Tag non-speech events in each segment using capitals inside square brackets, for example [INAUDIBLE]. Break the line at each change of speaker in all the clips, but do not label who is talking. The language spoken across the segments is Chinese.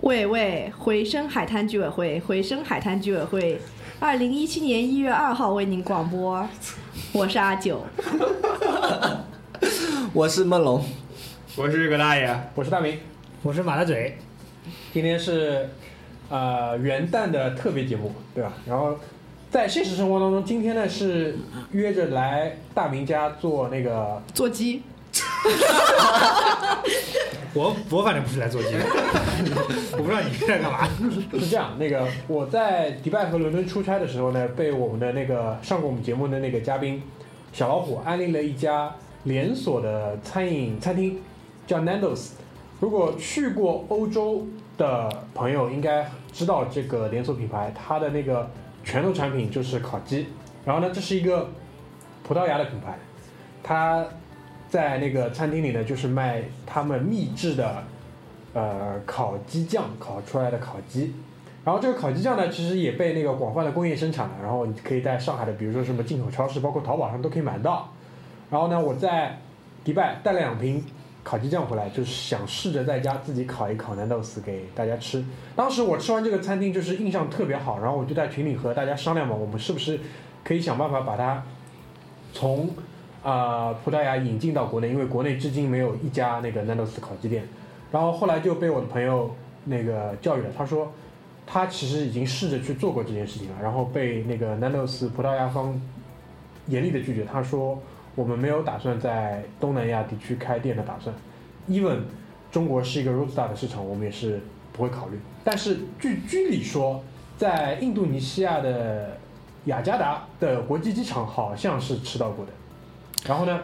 喂喂，回声海滩居委会，回声海滩居委会，二零一七年一月二号为您广播，我是阿九，
我是梦龙，
我是葛大爷，
我是大明，
我是马大嘴，
今天是呃元旦的特别节目，对吧？然后在现实生活当中，今天呢是约着来大明家做那个
做鸡，
我我反正不是来做
[LAUGHS]
鸡的，我不知道你在干嘛。
是这样，那个我在迪拜和伦敦出差的时候呢，被我们的那个上过我们节目的那个嘉宾小老虎安利了一家连锁的餐饮餐厅，叫 Nando's。如果去过欧洲的朋友应该知道这个连锁品牌，它的那个拳头产品就是烤鸡。然后呢，这是一个葡萄牙的品牌，它在那个餐厅里呢，就是卖他们秘制的呃烤鸡酱烤出来的烤鸡。然后这个烤鸡酱呢，其实也被那个广泛的工业生产了，然后你可以在上海的，比如说什么进口超市，包括淘宝上都可以买到。然后呢，我在迪拜带了两瓶烤鸡酱回来，就是想试着在家自己烤一烤南豆丝给大家吃。当时我吃完这个餐厅就是印象特别好，然后我就在群里和大家商量嘛，我们是不是可以想办法把它从啊、葡萄牙引进到国内，因为国内至今没有一家那个南豆丝烤鸡店。然后后来就被我的朋友那个教育了，他说他其实已经试着去做过这件事情了，然后被那个南豆斯葡萄牙方严厉的拒绝，他说我们没有打算在东南亚地区开店的打算，even 中国是一个如此大的市场，我们也是不会考虑。但是据居里说，在印度尼西亚的雅加达的国际机场好像是吃到过的，然后呢，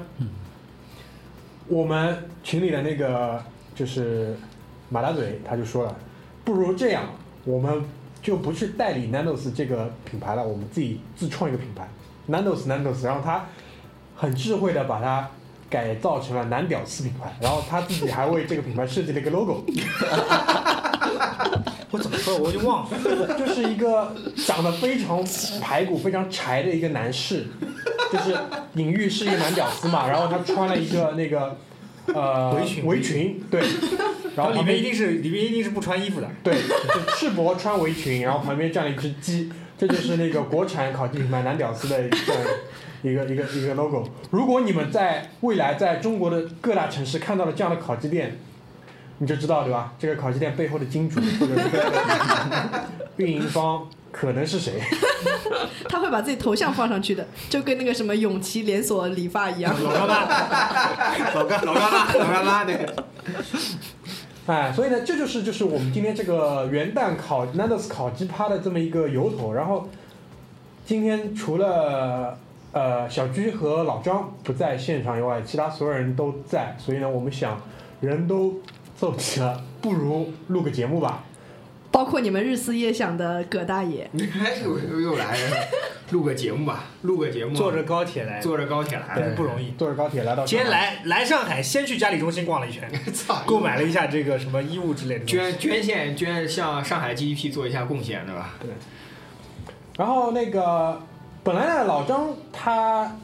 我们群里的那个就是马大嘴他就说了，不如这样，我们就不去代理 Nandos 这个品牌了，我们自己自创一个品牌 Nandos Nandos，然后他很智慧的把它改造成了南屌丝品牌，然后他自己还为这个品牌设计了一个 logo，
我怎么说我就忘了。
就是一个长得非常排骨、非常柴的一个男士，就是隐喻是一个男屌丝嘛，然后他穿了一个那个呃
围裙
围裙，对，然
然后
后
里
旁
面一定
边
是里面一定是不穿衣服的，
对，就赤膊穿围裙，然后旁边站了一只鸡，这就是那个国产烤鸡品牌男屌丝的一个一个一个一个 logo。如果你们在未来在中国的各大城市看到了这样的烤鸡店，你就知道对吧？这个烤鸡店背后的金主或者是 [LAUGHS] 背后的运营方可能是谁？
他会把自己头像放上去的，就跟那个什么永琪连锁理发一样。
老干妈。 [LAUGHS]
老干老干妈，老干妈那个，
哎，所以呢，这就是就是我们今天这个元旦烤 Nandos 烤鸡趴的这么一个由头。然后今天除了呃小居和老张不在现场以外，其他所有人都在，所以呢，我们想人都凑齐了，不如录个节目吧。
包括你们日思夜想的葛大爷，
你看又又又来了，录个节目吧，录个节目，
坐着高铁来，
坐着高铁来
真
了
是，哎不容易。
坐着高铁来到
先
上海，
来来上海，先去嘉里中心逛了一圈，
操，
购买了一下这个什么衣物之类的东西。
捐捐献捐向上海 GDP 做一下贡献，对吧？
然后那个本来呢，老张他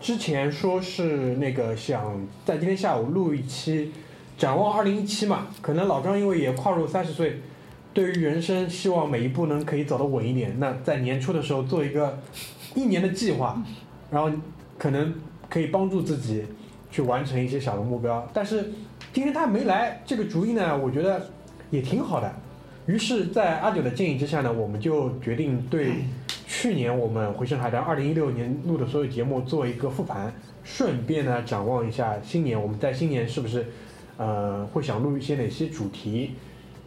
之前说是那个想在今天下午录一期展望二零一七嘛，可能老张因为也跨入三十岁，对于人生希望每一步能可以走得稳一点。那在年初的时候做一个一年的计划，然后可能可以帮助自己去完成一些小的目标。但是今天他没来，这个主意呢，我觉得也挺好的。于是，在阿九的建议之下呢，我们就决定对
嗯
去年我们回声海滩二零一六年录的所有节目做一个复盘，顺便呢展望一下新年，我们在新年是不是呃会想录一些哪些主题？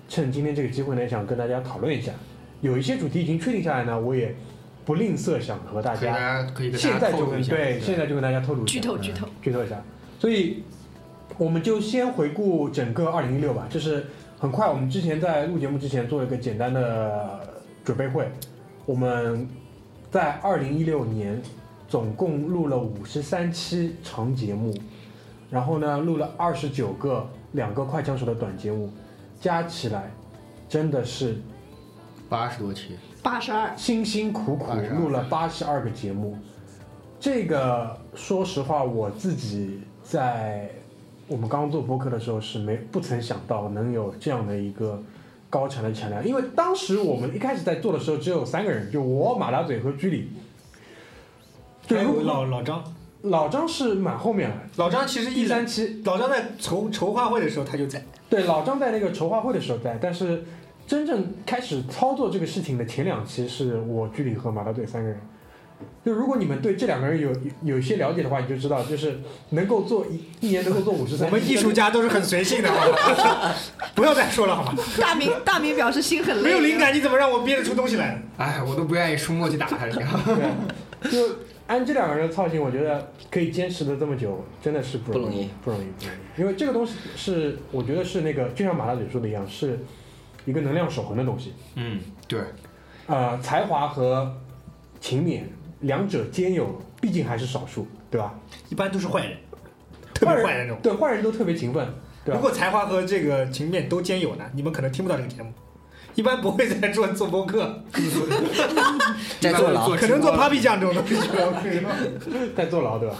趁今天这个机会呢，想跟大家讨论一下。有一些主题已经确定下来呢，我也不吝啬想和大
可以啊
家
大家可以给
现
大家
在
透
就
露一
跟
下，
对，现在就跟大家透露一下
剧透剧透，
剧透一下。所以我们就先回顾整个二零一六吧，就是很快我们之前在录节目之前做了一个简单的准备会，我们在二零一六年总共录了五十三期长节目，然后呢录了二十九个两个快枪手的短节目，加起来真的是
八十多期，
八十二，
辛辛苦
啊
苦
82
录了八十二个节目，这个说实话，我自己在我们刚做播客的时候是没不曾想到能有这样的一个高产的产量，因为当时我们一开始在做的时候只有三个人，就我马大嘴和居里。就
还有
如果
老老张，
老张是蛮后面了，
老张其实一
第
直
三期
老张在筹筹划会的时候他就在，
对老张在那个筹划会的时候在，但是真正开始操作这个事情的前两期是我居里和马大嘴三个人。就如果你们对这两个人有有有一些了解的话，你就知道，就是能够做一一年能够做五十
我
三。
们艺术家都是很随性的，好吧？
[LAUGHS]
不要再说了好吗？
大明大明表示心很累，
没有灵。感你怎么让我憋得出东西来？
哎，我都不愿意出墨去打他，你知道吗？
对， [LAUGHS] 就按这两个人的操行，我觉得可以坚持的这么久，真的是不容易，不容易，不容易。因为这个东西是，我觉得是那个，就像马大嘴说的一样，是一个能量守恒的东西。
嗯，对，
呃，才华和勤勉两者兼有，毕竟还是少数，对吧？
一般都是坏人，特别坏的那种。
对，坏人都特别勤奋，对
如
吧？
果才华和这个情面都兼有呢，你们可能听不到这个节目。一般不会在做做播 [LAUGHS] 客，
在坐牢
做
可能
直播
做 Papi 酱这种东西。
在坐牢，对 [LAUGHS] 吧？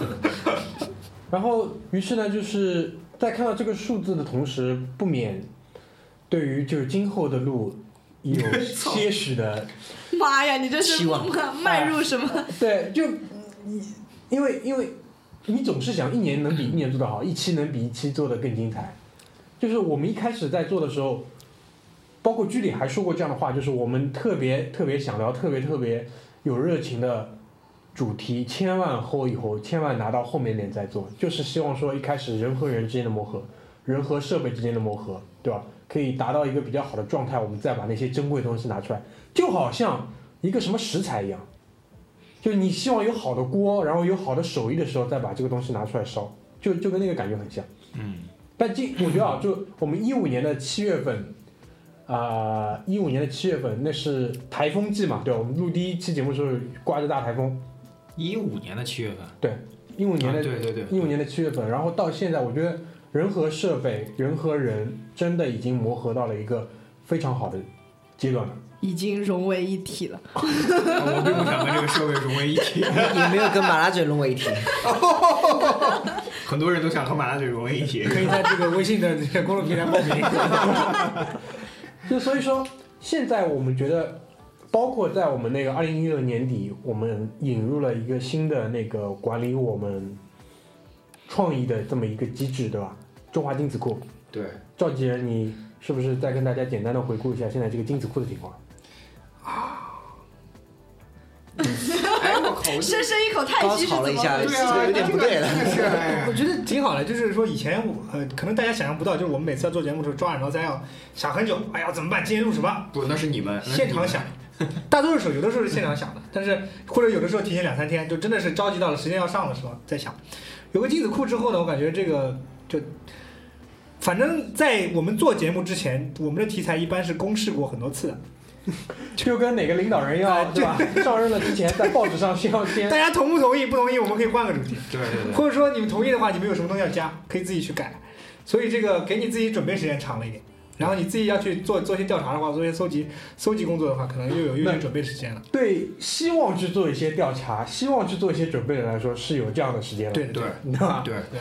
然后，于是呢，就是在看到这个数字的同时，不免对于就是今后的路有些许的
妈呀，你这是
希望
迈入什么？
[LAUGHS] 对，就你因为因为你总是想一年能比一年做得好，一期能比一期做得更精彩。就是我们一开始在做的时候，包括居里还说过这样的话，就是我们特别特别想聊特别特别有热情的主题，千万后以后千万拿到后面点再做，就是希望说一开始人和人之间的磨合，人和设备之间的磨合，对吧？可以达到一个比较好的状态，我们再把那些珍贵的东西拿出来，就好像一个什么食材一样，就是你希望有好的锅，然后有好的手艺的时候，再把这个东西拿出来烧，就就跟那个感觉很像。
嗯，
但今我觉得啊，就我们一五年的七月份，啊、1一五年的七月份，那是台风季嘛，对吧我们录第一期节目的时候刮着大台风，
一五年的七月份，
一五年
啊
的
对对对，
一五年的七月份，然后到现在，我觉得人和设备、人和人真的已经磨合到了一个非常好的阶段了。
已经融为一体了。
[LAUGHS] 我并不想跟这个社会融为一体， [LAUGHS]
你没有跟马拉嘴融为一体，
很多人都想和马大嘴融为一体。
可以在这个微信的这个公众平台报名。
就所以说，现在我们觉得，包括在我们那个二零一六年底，我们引入了一个新的那个管理我们创意的这么一个机制，对吧？中华精子库，
对，
召集人，你是不是再跟大家简单的回顾一下现在这个精子库的情况？
哎，
[LAUGHS]
我靠，我
深深一口叹
高
息是怎
潮
么
了一
回
下，
事？
对啊
有点不对了。
这个是哎
我觉得挺好的，就是说以前我呃，可能大家想象不到，就是我们每次要做节目的时候抓耳挠腮要想很久，哎呀怎么办？今天录什么？
不，那是你们
现场想，大多数时候有的时候是现场想的，但是或者有的时候提前两三天，就真的是着急到了时间要上的时候再想。有个精子库之后呢，我感觉这个就，反正在我们做节目之前，我们的题材一般是公示过很多次的，
就跟哪个领导人要对吧？ [LAUGHS] 上任了之前，在报纸上先要先
大家同不同意？不同意我们可以换个主题。
对对对，
或者说你们同意的话，你们有什么东西要加，可以自己去改。所以这个给你自己准备时间长了一点，然后你自己要去做做一些调查的话，做一些搜集搜集工作的话，可能又有又有准备时间了。
对希望去做一些调查，希望去做一些准备的人来说是有这样的时间了，
对
对
你知道吧？
对
对，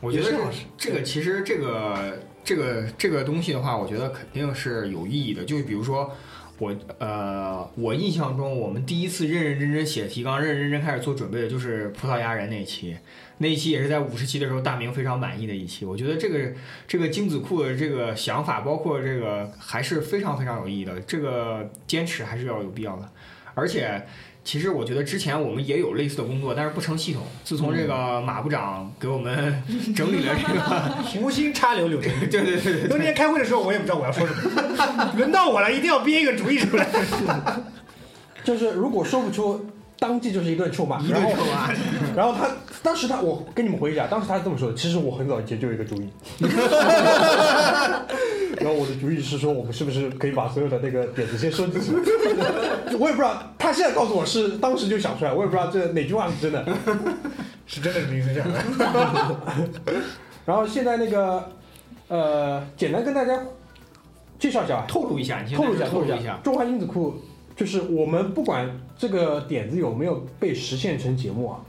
我觉
也
得
是
这
好
个
事
这个其实这个这个这个东西的话，我觉得肯定是有意义的。就比如说我呃，我印象中我们第一次认认真真写提纲、认认真真开始做准备的就是葡萄牙人那一期，那一期也是在五十期的时候大明非常满意的一期。我觉得这个这个精子库的这个想法，包括这个还是非常非常有意义的，这个坚持还是要有必要的，而且。其实我觉得之前我们也有类似的工作，但是不成系统。自从这个马部长给我们 [LAUGHS] 整理了这个，
无心插柳柳成荫。
[LAUGHS] 对对对对
那天开会的时候，我也不知道我要说什么， [LAUGHS] 轮到我了，一定要憋一个主意出来。
就是如果说不出，当即就是一顿臭骂，
一顿
然后
臭骂。
[LAUGHS] 然后他当时他，我跟你们回忆一下，当时他是这么说的：，其实我很早以前就有一个主意， [LAUGHS] 然后我的主意是说，我们是不是可以把所有的那个点子先收集起来？ [LAUGHS] 我也不知道，他现在告诉我是当时就想出来，我也不知道这哪句话是真的。
是真的是临时想的。
然后现在那个，呃，简单跟大家介绍一下吧，
透露一下，你现在
透露一下，透露
透露
一下，，中华精子库就是我们不管这个点子有没有被实现成节目啊，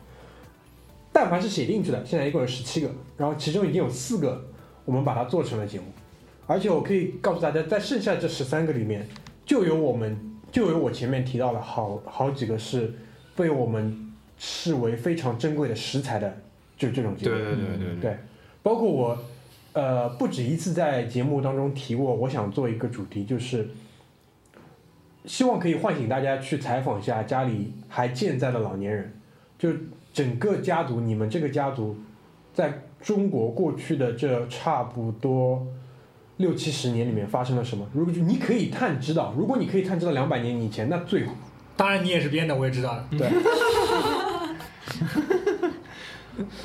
但凡是写进去的，现在一共有十七个，然后其中已经有四个我们把它做成了节目，而且我可以告诉大家，在剩下这十三个里面，就有我们就有我前面提到了好好几个是被我们视为非常珍贵的食材的，就这种节
对
目。
对对对对，
对，包括我，呃，不止一次在节目当中提过，我想做一个主题，就是希望可以唤醒大家去采访一下家里还健在的老年人，就整个家族，你们这个家族，在中国过去的这差不多。六七十年里面发生了什么？如果就你可以探知到，如果你可以探知到两百年以前，那最好。
当然你也是编的，我也知道的。
对。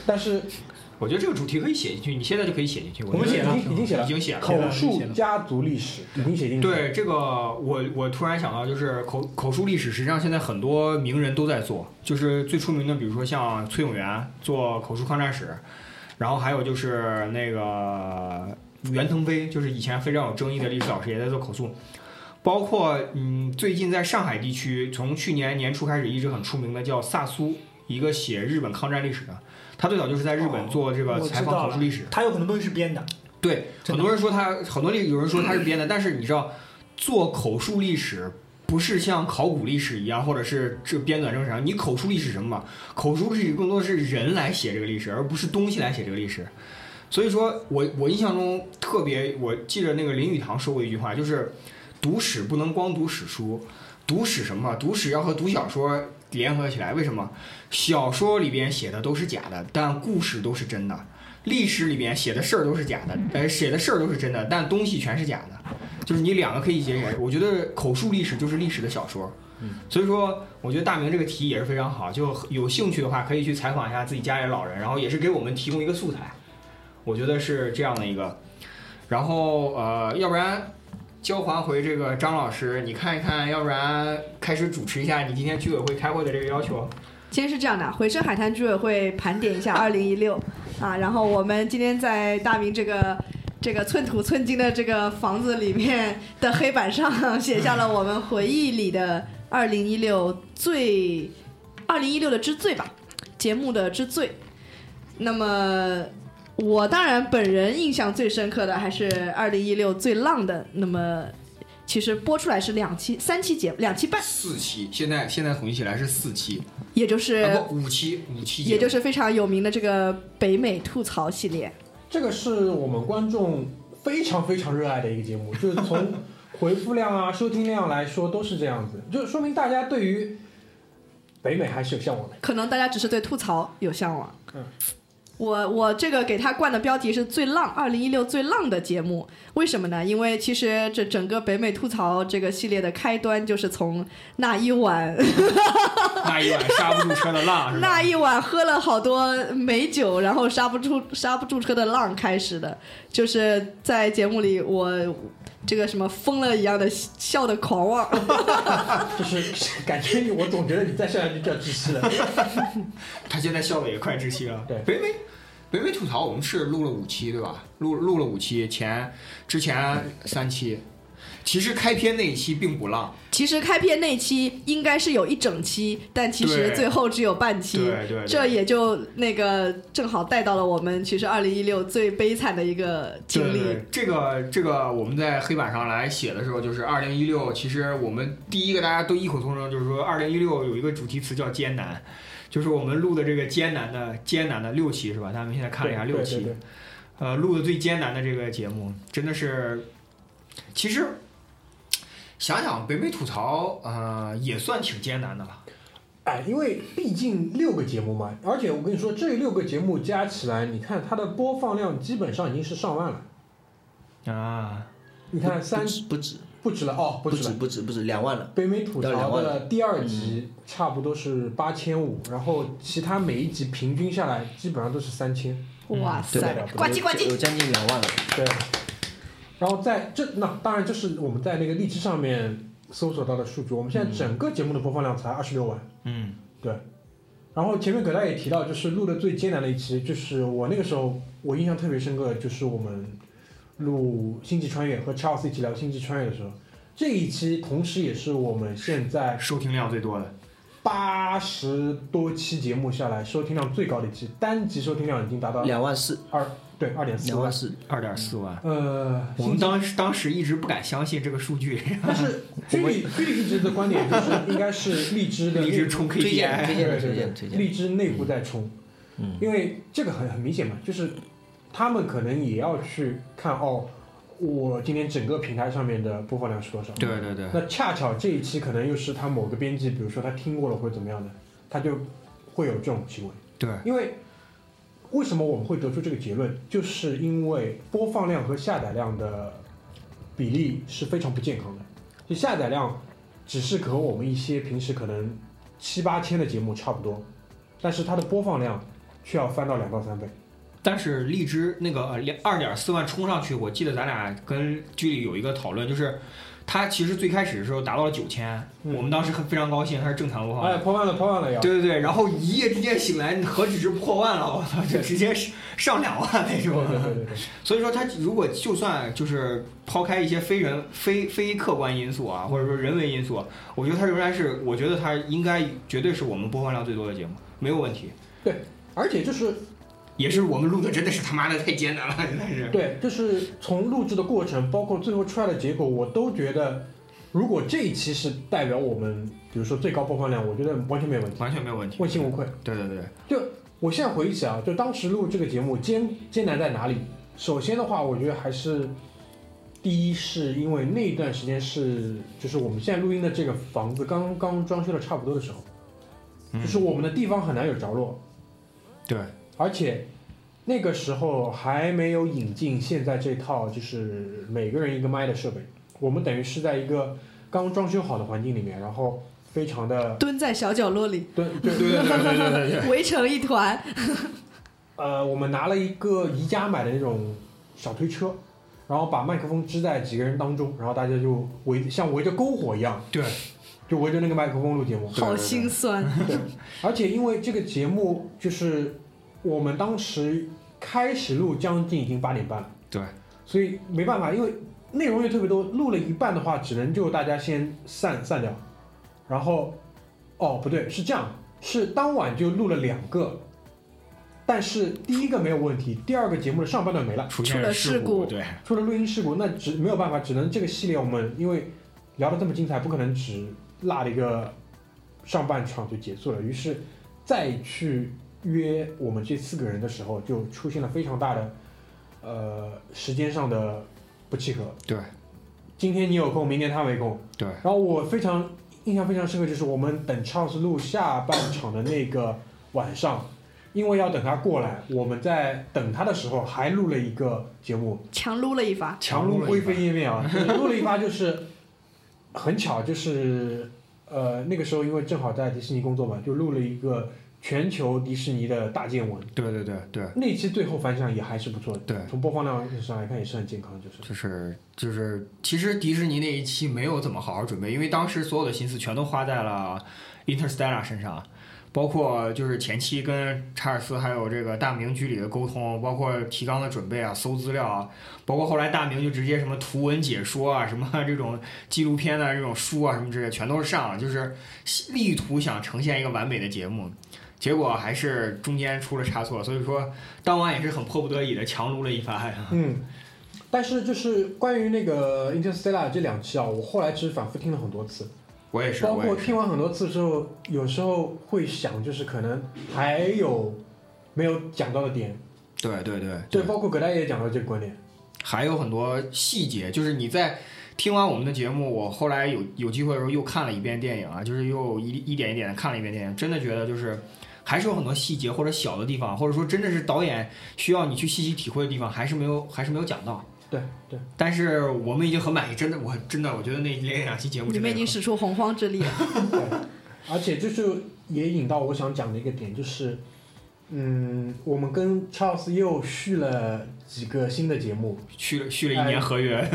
但是
我觉得这个主题可以写进去，你现在就可以写进去。
我们
觉得
写了
已经已经写了
已经写了。
口述家族历史已经写进去了。
对这个，我我突然想到，就是口口述历史，实际上现在很多名人都在做，就是最出名的，比如说像崔永元做口述抗战史，然后还有就是那个袁腾飞，就是以前非常有争议的历史老师也在做口述，包括嗯，最近在上海地区，从去年年初开始一直很出名的叫萨苏，一个写日本抗战历史的，他最早就是在日本做这个
哦我
采
知
访
道
口述
了
历史。，
他有很多东西是编的，
对，
真的
很多人说他，很多历有人说他是编的，但是你知道，做口述历史不是像考古历史一样，或者是这编纂正常。你口述历史是什么嘛？口述历史更多是人来写这个历史，而不是东西来写这个历史。所以说我我印象中特别，我记得那个林语堂说过一句话，就是读史不能光读史书，读史什么？读史要和读小说联合起来。为什么？小说里边写的都是假的，但故事都是真的。历史里边写的事儿都是假的，呃，写的事儿都是真的，但东西全是假的，就是你两个可以结合。我觉得口述历史就是历史的小说，所以说我觉得大明这个题也是非常好，就有兴趣的话可以去采访一下自己家里的老人，然后也是给我们提供一个素材，我觉得是这样的一个。然后呃，要不然交还回这个张老师，你看一看，要不然开始主持一下你今天居委会开会的这个要求。
今天是这样的，回声海滩居委会盘点一
[LAUGHS]
下二零一六啊，然后我们今天在大明这个这个寸土寸金的这个房子里面的黑板上 [LAUGHS] 写下了我们回忆里的二零一六最二零一六的之最吧，节目的之最。那么我当然本人印象最深刻的还是二零一六最浪的，那么其实播出来是两期三期节两期半，
四期，现在现在统计起来是四期，
也就是。
啊不五期五期节目，
也就是非常有名的这个北美吐槽系列。
这个是我们观众非常非常热爱的一个节目，就是从回复量啊、收听量来说都是这样子，就说明大家对于北美还是有向往的。
可能大家只是对吐槽有向往。
嗯，
我我这个给他冠的标题是最浪，二零一六最浪的节目，为什么呢？因为其实这整个北美吐槽这个系列的开端就是从那一晚 [LAUGHS]
那一晚刹不住车的浪是吧？
那一晚喝了好多美酒，然后刹不住刹不住车的浪开始的，就是在节目里我这个什么疯了一样的笑的狂妄，
就是 [LAUGHS] 感觉你，我总觉得你再下去就要窒息了。
他现在笑的也快窒息了。
对
北美，北美吐槽我们是录了五期，对吧？录录了五期，前之前三期，其实开篇那一期并不浪，
其实开篇那期应该是有一整期，但其实
对
最后只有半期。
对对
这
对
也就那个正好带到了我们其实二零一六最悲惨的一个经
对
历。
对这个这个我们在黑板上来写的时候，就是二零一六，其实我们第一个大家都异口同声，就是说二零一六有一个主题词叫艰难，就是我们录的这个艰难的艰难的六期是吧？咱们现在看了一下六期，
对对对
呃，录的最艰难的这个节目，真的是，其实想想北美吐槽，呃，也算挺艰难的了。
哎，因为毕竟六个节目嘛，而且我跟你说，这六个节目加起来，你看它的播放量基本上已经是上万了。
啊，
你看三
不止
不止了哦，
不
止
止
了。
不止不止两万了，
北美吐
要两
槽
万嗯
的第二集差不多是八千五，然后其他每一集平均下来基本上都是三千。
哇
嗯对
塞
吧，？
呱唧呱唧
有，将近两万了。
对。然后在这那当然这是我们在那个荔枝上面搜索到的数据，我们
嗯
现在整个节目的播放量才二十六万。
嗯，
然后前面葛大也提到，就是录的最艰难的一期，就是我那个时候我印象特别深刻，就是我们录《星际穿越》和 Charles 一起聊《星际穿越》的时候，这一期同时也是我们现在
收听量最多的，
八十多期节目下来，收听量最高的一期，单集收听量已经达到
两万四，
二对二点四
两
万
万。四，
二点四万。
呃，
嗯
我们当时当时一直不敢相信这个数据，
但是
我们
据据荔枝的观点就是，应该是荔枝
[LAUGHS]
的
[LAUGHS] 一直冲
推荐
KPI。
推
对对
荐推
对，
荐推荐，
荔枝内部在冲，
嗯
因为这个很很明显嘛，就是他们可能也要去看哦，我今天整个平台上面的播放量是多
嗯
少。
对对对，
那恰巧这一期可能又是他某个编辑，比如说他听过了或者怎么样的，他就会有这种行为。
对，
因为为什么我们会得出这个结论，就是因为播放量和下载量的比例是非常不健康的。就下载量只是和我们一些平时可能七八千的节目差不多，但是它的播放量却要翻到两到三倍。
但是荔枝那个呃两二点四万冲上去，我记得咱俩跟剧里有一个讨论，就是它其实最开始的时候达到了九千、
嗯
我们当时很非常高兴，它是正常播放。
哎，破万了，破万了呀！
对对对，然后一夜之间醒来，何止是破万了，我操，就直接是上两万那
对
种。
对对对对，
所以说，它如果就算就是抛开一些非人、非非客观因素啊，或者说人为因素，我觉得它仍然是，我觉得它应该绝对是我们播放量最多的节目，没有问题。
而且就是
也是我们录的真的是他妈的太艰难了，真的是。
对，就是从录制的过程，包括最后出来的结果，我都觉得，如果这一期是代表我们，比如说最高播放量，我觉得完全没有问题，
完全没有问题，
问心无愧。
对对对，
我现在回忆起啊，就当时录这个节目艰艰难在哪里？首先的话，我觉得还是第一是因为那段时间是就是我们现在录音的这个房子刚刚装修的差不多的时候，
嗯
就是我们的地方很难有着落，
对，
而且那个时候还没有引进现在这套就是每个人一个麦的设备，我们等于是在一个刚装修好的环境里面，然后非常的
蹲在小角落里，
对对
对对对对对
[LAUGHS]
对，
围成一团，
呃，我们拿了一个宜家买的那种小推车，然后把麦克风支在几个人当中，然后大家就围像围着篝火一样，
对，
就围着那个麦克风录节目。
好心酸。
而且因为这个节目就是我们当时开始录将近已经八点半了，
对，
所以没办法，因为内容又特别多，录了一半的话，只能就大家先散散掉，然后哦不对，是这样，是当晚就录了两个。但是第一个没有问题，第二个节目的上半段没了。
出
现了事故
对
出了录音事故，那只没有办法，只能这个系列我们因为聊得这么精彩，不可能只落了一个上半场就结束了。于是再去约我们这四个人的时候，就出现了非常大的呃时间上的不契合。
对，
今天你有空，明天他没空。
对
然后我非常印象非常深刻，就是我们等 Charles 录下半场的那个晚上。因为要等他过来，我们在等他的时候还录了一个节目，
强撸了一发，
强撸灰飞烟灭啊！
[LAUGHS]
录了一发就是很巧，就是呃那个时候因为正好在迪士尼工作嘛，就录了一个全球迪士尼的大见闻。
对对对对
那期最后反响也还是不错的，
对，
从播放量上来看也是很健康，就是
就是就是，其实迪士尼那一期没有怎么好好准备，因为当时所有的心思全都花在了 Interstellar 身上，包括就是前期跟查尔斯还有这个大明局里的沟通，包括提纲的准备啊、搜资料啊，包括后来大明就直接什么图文解说啊、什么这种纪录片的这种书啊什么之类，全都是上了，就是力图想呈现一个完美的节目。结果还是中间出了差错，所以说当晚也是很迫不得已的强撸了一番啊呀。
嗯。但是就是关于那个 Interstellar 这两期啊，我后来其实反复听了很多次，
我也是，
包
我也
括
是
听完很多次之后，有时候会想，就是可能还有没有讲到的点，
对对对
对，包括葛大爷也讲到这个观点，
还有很多细节，就是你在听完我们的节目，我后来有有机会的时候又看了一遍电影啊，就是又一一点一点的看了一遍电影，真的觉得就是还是有很多细节或者小的地方，或者说真的是导演需要你去细细体会的地方，还是没有还是没有讲到。
对对。
但是我们已经很满意，真的，我真的我觉得那那两期节目
你
真
们
的
已经使出洪荒之力了。
[LAUGHS] 而且就是也引到我想讲的一个点，就是，嗯，我们跟 Charles 又续了几个新的节目，
续了续了一
哎
年合约， [LAUGHS]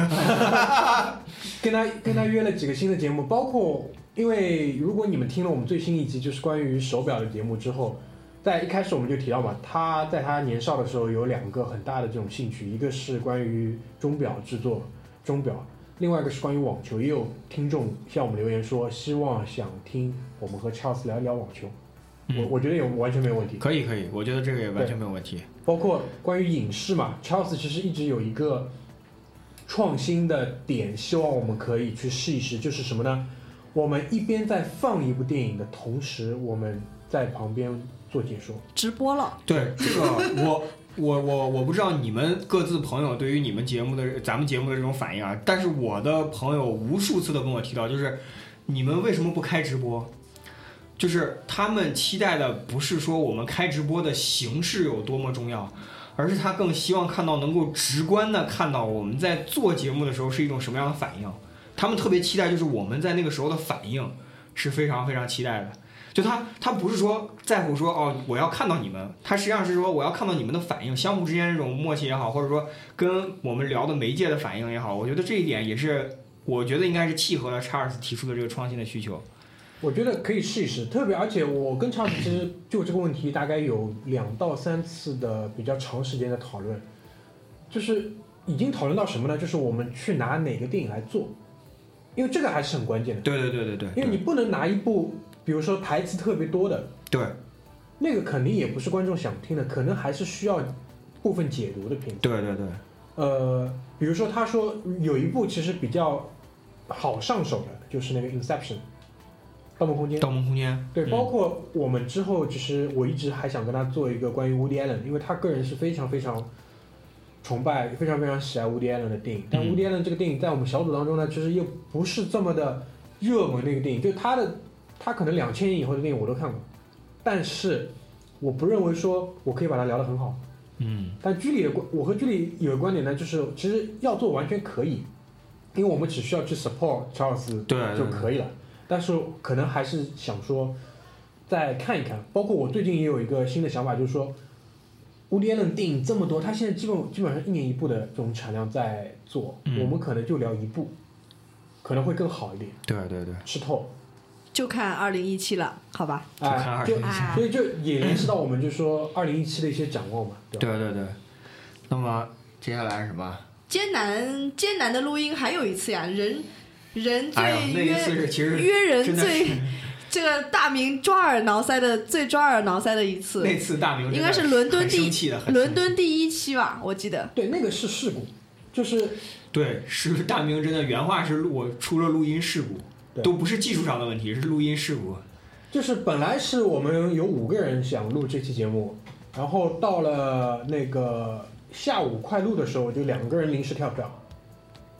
跟他跟他约了几个新的节目，包括因为如果你们听了我们最新一集就是关于手表的节目之后，在一开始我们就提到嘛，他在他年少的时候有两个很大的这种兴趣，一个是关于钟表制作钟表，另外一个是关于网球，也有听众向我们留言说，希望想听我们和 Charles 聊一聊网球。我
嗯
我觉得有完全没有问题，
可以可以，我觉得这个也完全没有问题。
包括关于影视嘛，Charles 其实一直有一个创新的点，希望我们可以去试一试，就是什么呢？我们一边在放一部电影的同时，我们在旁边做解说。
直播了，
对这个我。我我我不知道你们各自朋友对于你们节目的咱们节目的这种反应啊，但是我的朋友无数次的跟我提到，就是你们为什么不开直播？就是他们期待的不是说我们开直播的形式有多么重要，而是他更希望看到能够直观的看到我们在做节目的时候是一种什么样的反应。他们特别期待就是我们在那个时候的反应是非常非常期待的。就他他不是说在乎说哦我要看到你们，他实际上是说我要看到你们的反应，相互之间这种默契也好，或者说跟我们聊的媒介的反应也好，我觉得这一点也是我觉得应该是契合了查尔斯提出的这个创新的需求。
我觉得可以试一试，特别而且我跟 Charles 其实就这个问题大概有两到三次的比较长时间的讨论，就是已经讨论到什么呢？就是我们去拿哪个电影来做，因为这个还是很关键的，
对对对对对，
因为你不能拿一部比如说台词特别多的，
对
那个肯定也不是观众想听的，可能还是需要部分解读的片子。
对对对，
呃，比如说他说有一部其实比较好上手的，就是那个《Inception》，《盗梦空间》。
《盗梦空间》
对，
嗯
包括我们之后，其实我一直还想跟他做一个关于 Woody Allen，因为他个人是非常非常崇拜、非常非常喜爱 Woody Allen 的电影。但
嗯
Woody Allen 这个电影在我们小组当中呢，其实又不是这么的热门的一个电影。就他的，他可能两千年以后的电影我都看过，但是我不认为说我可以把它聊得很好。
嗯
但居里的观，我和居里有个观点呢，就是其实要做完全可以，因为我们只需要去 support 查尔斯
对对
就
对
可以了。但是可能还是想说再看一看，包括我最近也有一个新的想法，就是说，乌迪安的电影这么多，他现在基本基本上一年一部的这种产量在做，
嗯
我们可能就聊一部，可能会更好一点，
对对对，
吃透。
就看二零一七了，好吧？
就看
哎，就
2017
啊
所以就也联系到我们就说二零一七的一些展望嘛，对吧？
对对对。那么接下来是什么？
艰难艰难的录音还有一次呀，人人最
哎呀，那一
约、
次是其实
约人
真的
最
是
[LAUGHS] 这个大明抓耳挠腮的最抓耳挠腮的一次，
[LAUGHS] 那次大明真的
应该是伦敦
很
第
生气的，很生
伦
气
敦第一期吧，我记得。
对，那个是事故，就是
对，是大明真的原话是录我出了录音事故，
对
都不是技术上的问题，是录音事故。
就是本来是我们有五个人想录这期节目，然后到了那个下午快录的时候，就两个人临时跳票，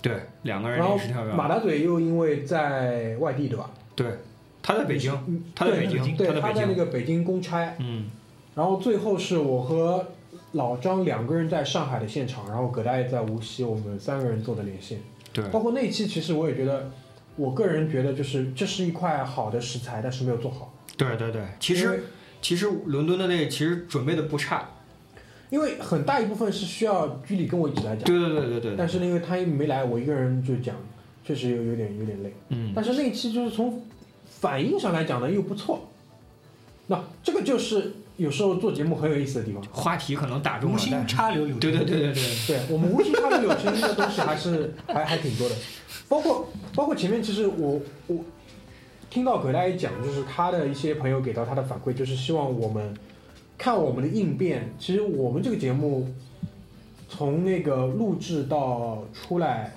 对，两个人
然后
临时跳
马
票。
大嘴又因为在外地对吧？
对，他在北京，他在
嗯对
北京，
对，
在
他
北
在那
京。
个北京公差，
嗯，
然后最后是我和老张两个人在上海的现场，然后葛大爷在无锡，我们三个人做的连线。
对
包括那期，其实我也觉得，我个人觉得就是这是一块好的食材，但是没有做好。
对对对，其
因为
实其实伦敦的那个其实准备的不差。
因为很大一部分是需要居里跟我一起来讲，
对对对对对对。
但是呢，因为他也没来，我一个人就讲，确实有有点有点累。
嗯，
但是那一期就是从反应上来讲呢，又不错。那这个就是有时候做节目很有意思的地方。
话题可能打中
无
了。
心
但
插柳柳
对对对对对，
对我们无形插的柳成的东西还是还还挺多的，包括包括前面其实我我听到葛大爷讲，就是他的一些朋友给到他的反馈，就是希望我们看我们的应变。其实我们这个节目从那个录制到出来，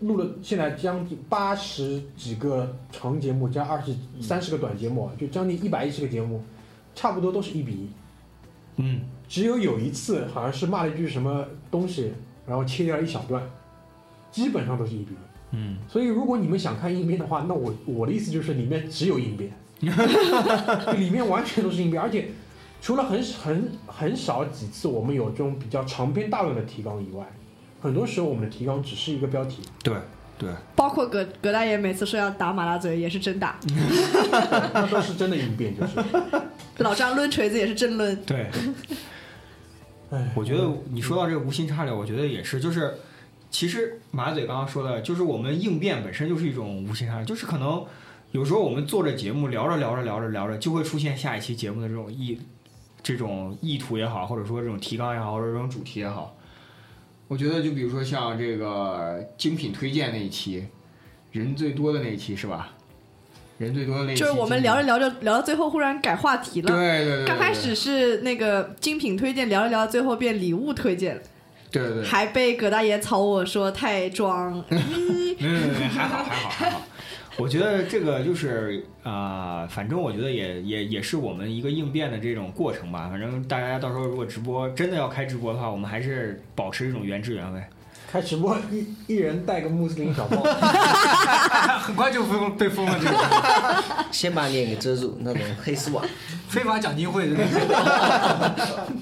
录了现在将近八十几个长节目加二十三十个短节目啊，就将近一百一十个节目，差不多都是一比一。
嗯，
只有有一次好像是骂了一句什么东西，然后切掉了一小段，基本上都是一比一。
嗯，
所以如果你们想看应变的话，那我我的意思就是里面只有应
[LAUGHS]
变，里面完全都是应变，而且除了很很很少几次我们有这种比较长篇大论的提纲以外，很多时候我们的提纲只是一个标题。
对对
包括葛葛大爷每次说要打马大嘴也是真
[LAUGHS]
打，
那都是真的应变，就是。
老张抡锤子也是真抡，
对。
哎，
[LAUGHS] 我觉得你说到这个无心插柳，我觉得也是，就是其实马嘴刚刚说的，就是我们应变本身就是一种无心插柳，就是可能有时候我们做着节目聊着聊着聊着聊着，就会出现下一期节目的这种意这种意图也好，或者说这种提纲也好，或者这种主题也好，我觉得就比如说像这个精品推荐那一期，人最多的那一期是吧？人最多的那一期
就是我们聊着
了，
聊着聊到最后，忽然改话题
哎对
了。
对对对，
刚开始是那个精品推荐，聊着聊到最后变礼物推荐，
对对对，
还被葛大爷吵我说太装。
没没没，还好还好还好。我觉得这个就是啊、呃反正我觉得也也也是我们一个应变的这种过程吧。反正大家到时候如果直播真的要开直播的话，我们还是保持一种原汁原味。
哎开直播一一人戴个穆斯林小帽，
很 [LAUGHS] 快就封被封了这个
先把脸给遮住，那种黑丝网。
[LAUGHS] 非法奖金会的那种。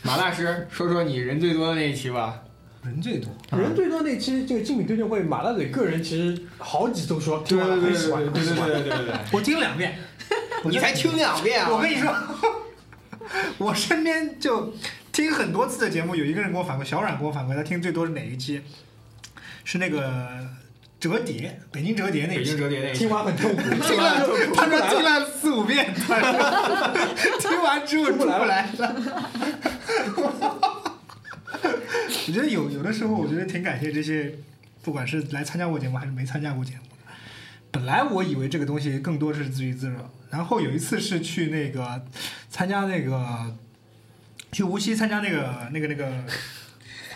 马大师，说说你人最多的那一期吧。
人最多，
嗯
人最多那期这个精品推荐会，马大嘴个人其实好几都说听
对
完
对
了很
对对
喜欢，
对
很喜
对
欢。
对对对。
我听了两
[LAUGHS]
遍。
你才听两遍
我
啊！
跟你说， [LAUGHS] 我身边就听很多次的节目，有一个人给我反馈，小冉给我反馈，他听最多是哪一期？是那个折叠，北京折叠那
北
一
京
期。
折叠那一期
听，完很痛苦，
听了，他说听了四五遍，他说听完之后出不来了。我觉得有有的时候，我觉得挺感谢这些，不管是来参加过节目还是没参加过节目的。本来我以为这个东西更多是自娱自乐，然后有一次是去那个参加那个去无锡参加那个那个那个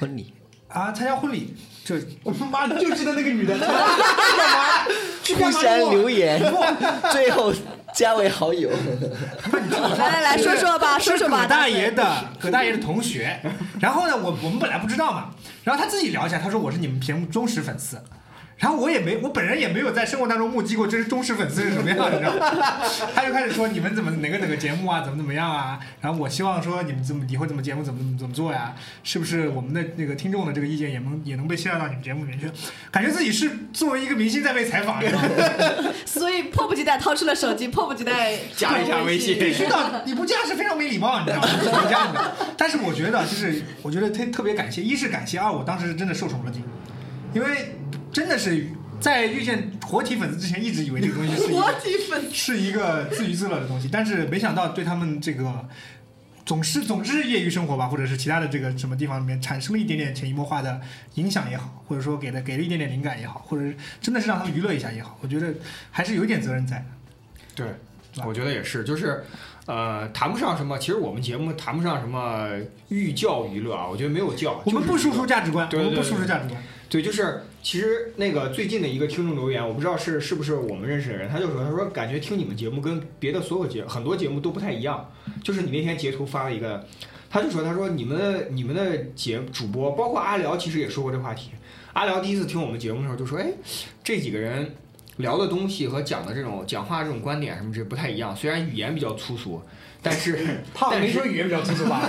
婚礼，
啊参加婚礼，就
我妈就记得那个女的，
互相留言， [LAUGHS] 最后加为好友。
来来来说说吧，说
[LAUGHS] 是
说吧，
葛大爷的葛大爷的同学。然后呢，我我们本来不知道嘛，然后他自己聊一下，他说我是你们节目忠实粉丝。然后我也没，我本人也没有在生活当中目击过这是忠实粉丝是什么样，你知道吗？ [LAUGHS] 他就开始说你们怎么哪个哪个节目啊，怎么怎么样啊？然后我希望说你们怎么以后怎么节目怎么怎么怎么做呀？是不是我们的那个听众的这个意见也能也能被吸纳到你们节目里面去？感觉自己是作为一个明星在被采访，你知道吗？
所以迫不及待掏出了手机，迫不及待
[LAUGHS] 加一下微 [LAUGHS] 信
必须的，你不加是非常没礼貌，你知道吗？就是这样的。但是我觉得，啊就是我觉得特特别感谢，一是感谢，二我当时是真的受宠若惊，因为真的是在遇见活体粉丝之前，一直以为这个东西是一
活
个
体粉
是一个自娱自乐的东西，但是没想到对他们这个。总是总之业余生活吧，或者是其他的这个什么地方里面产生了一点点潜移默化的影响也好，或者说给了给了一点点灵感也好，或者是真的是让他们娱乐一下也好，我觉得还是有一点责任在的。
对，我觉得也是，就是，呃，谈不上什么。其实我们节目谈不上什么寓教于乐啊，我觉得没有教，
我们不输出价值观，
对对对
我们不输出价值观。
对，就是其实那个最近的一个听众留言，我不知道是是不是我们认识的人，他就说他说感觉听你们节目跟别的所有节很多节目都不太一样，就是你那天截图发了一个，他就说他说你们的你们的节主播，包括阿辽其实也说过这话题，阿辽第一次听我们节目的时候就说，哎，这几个人。聊的东西和讲的这种讲话这种观点什么这不太一样，虽然语言比较粗俗，但是
他没说语言比较粗俗吧？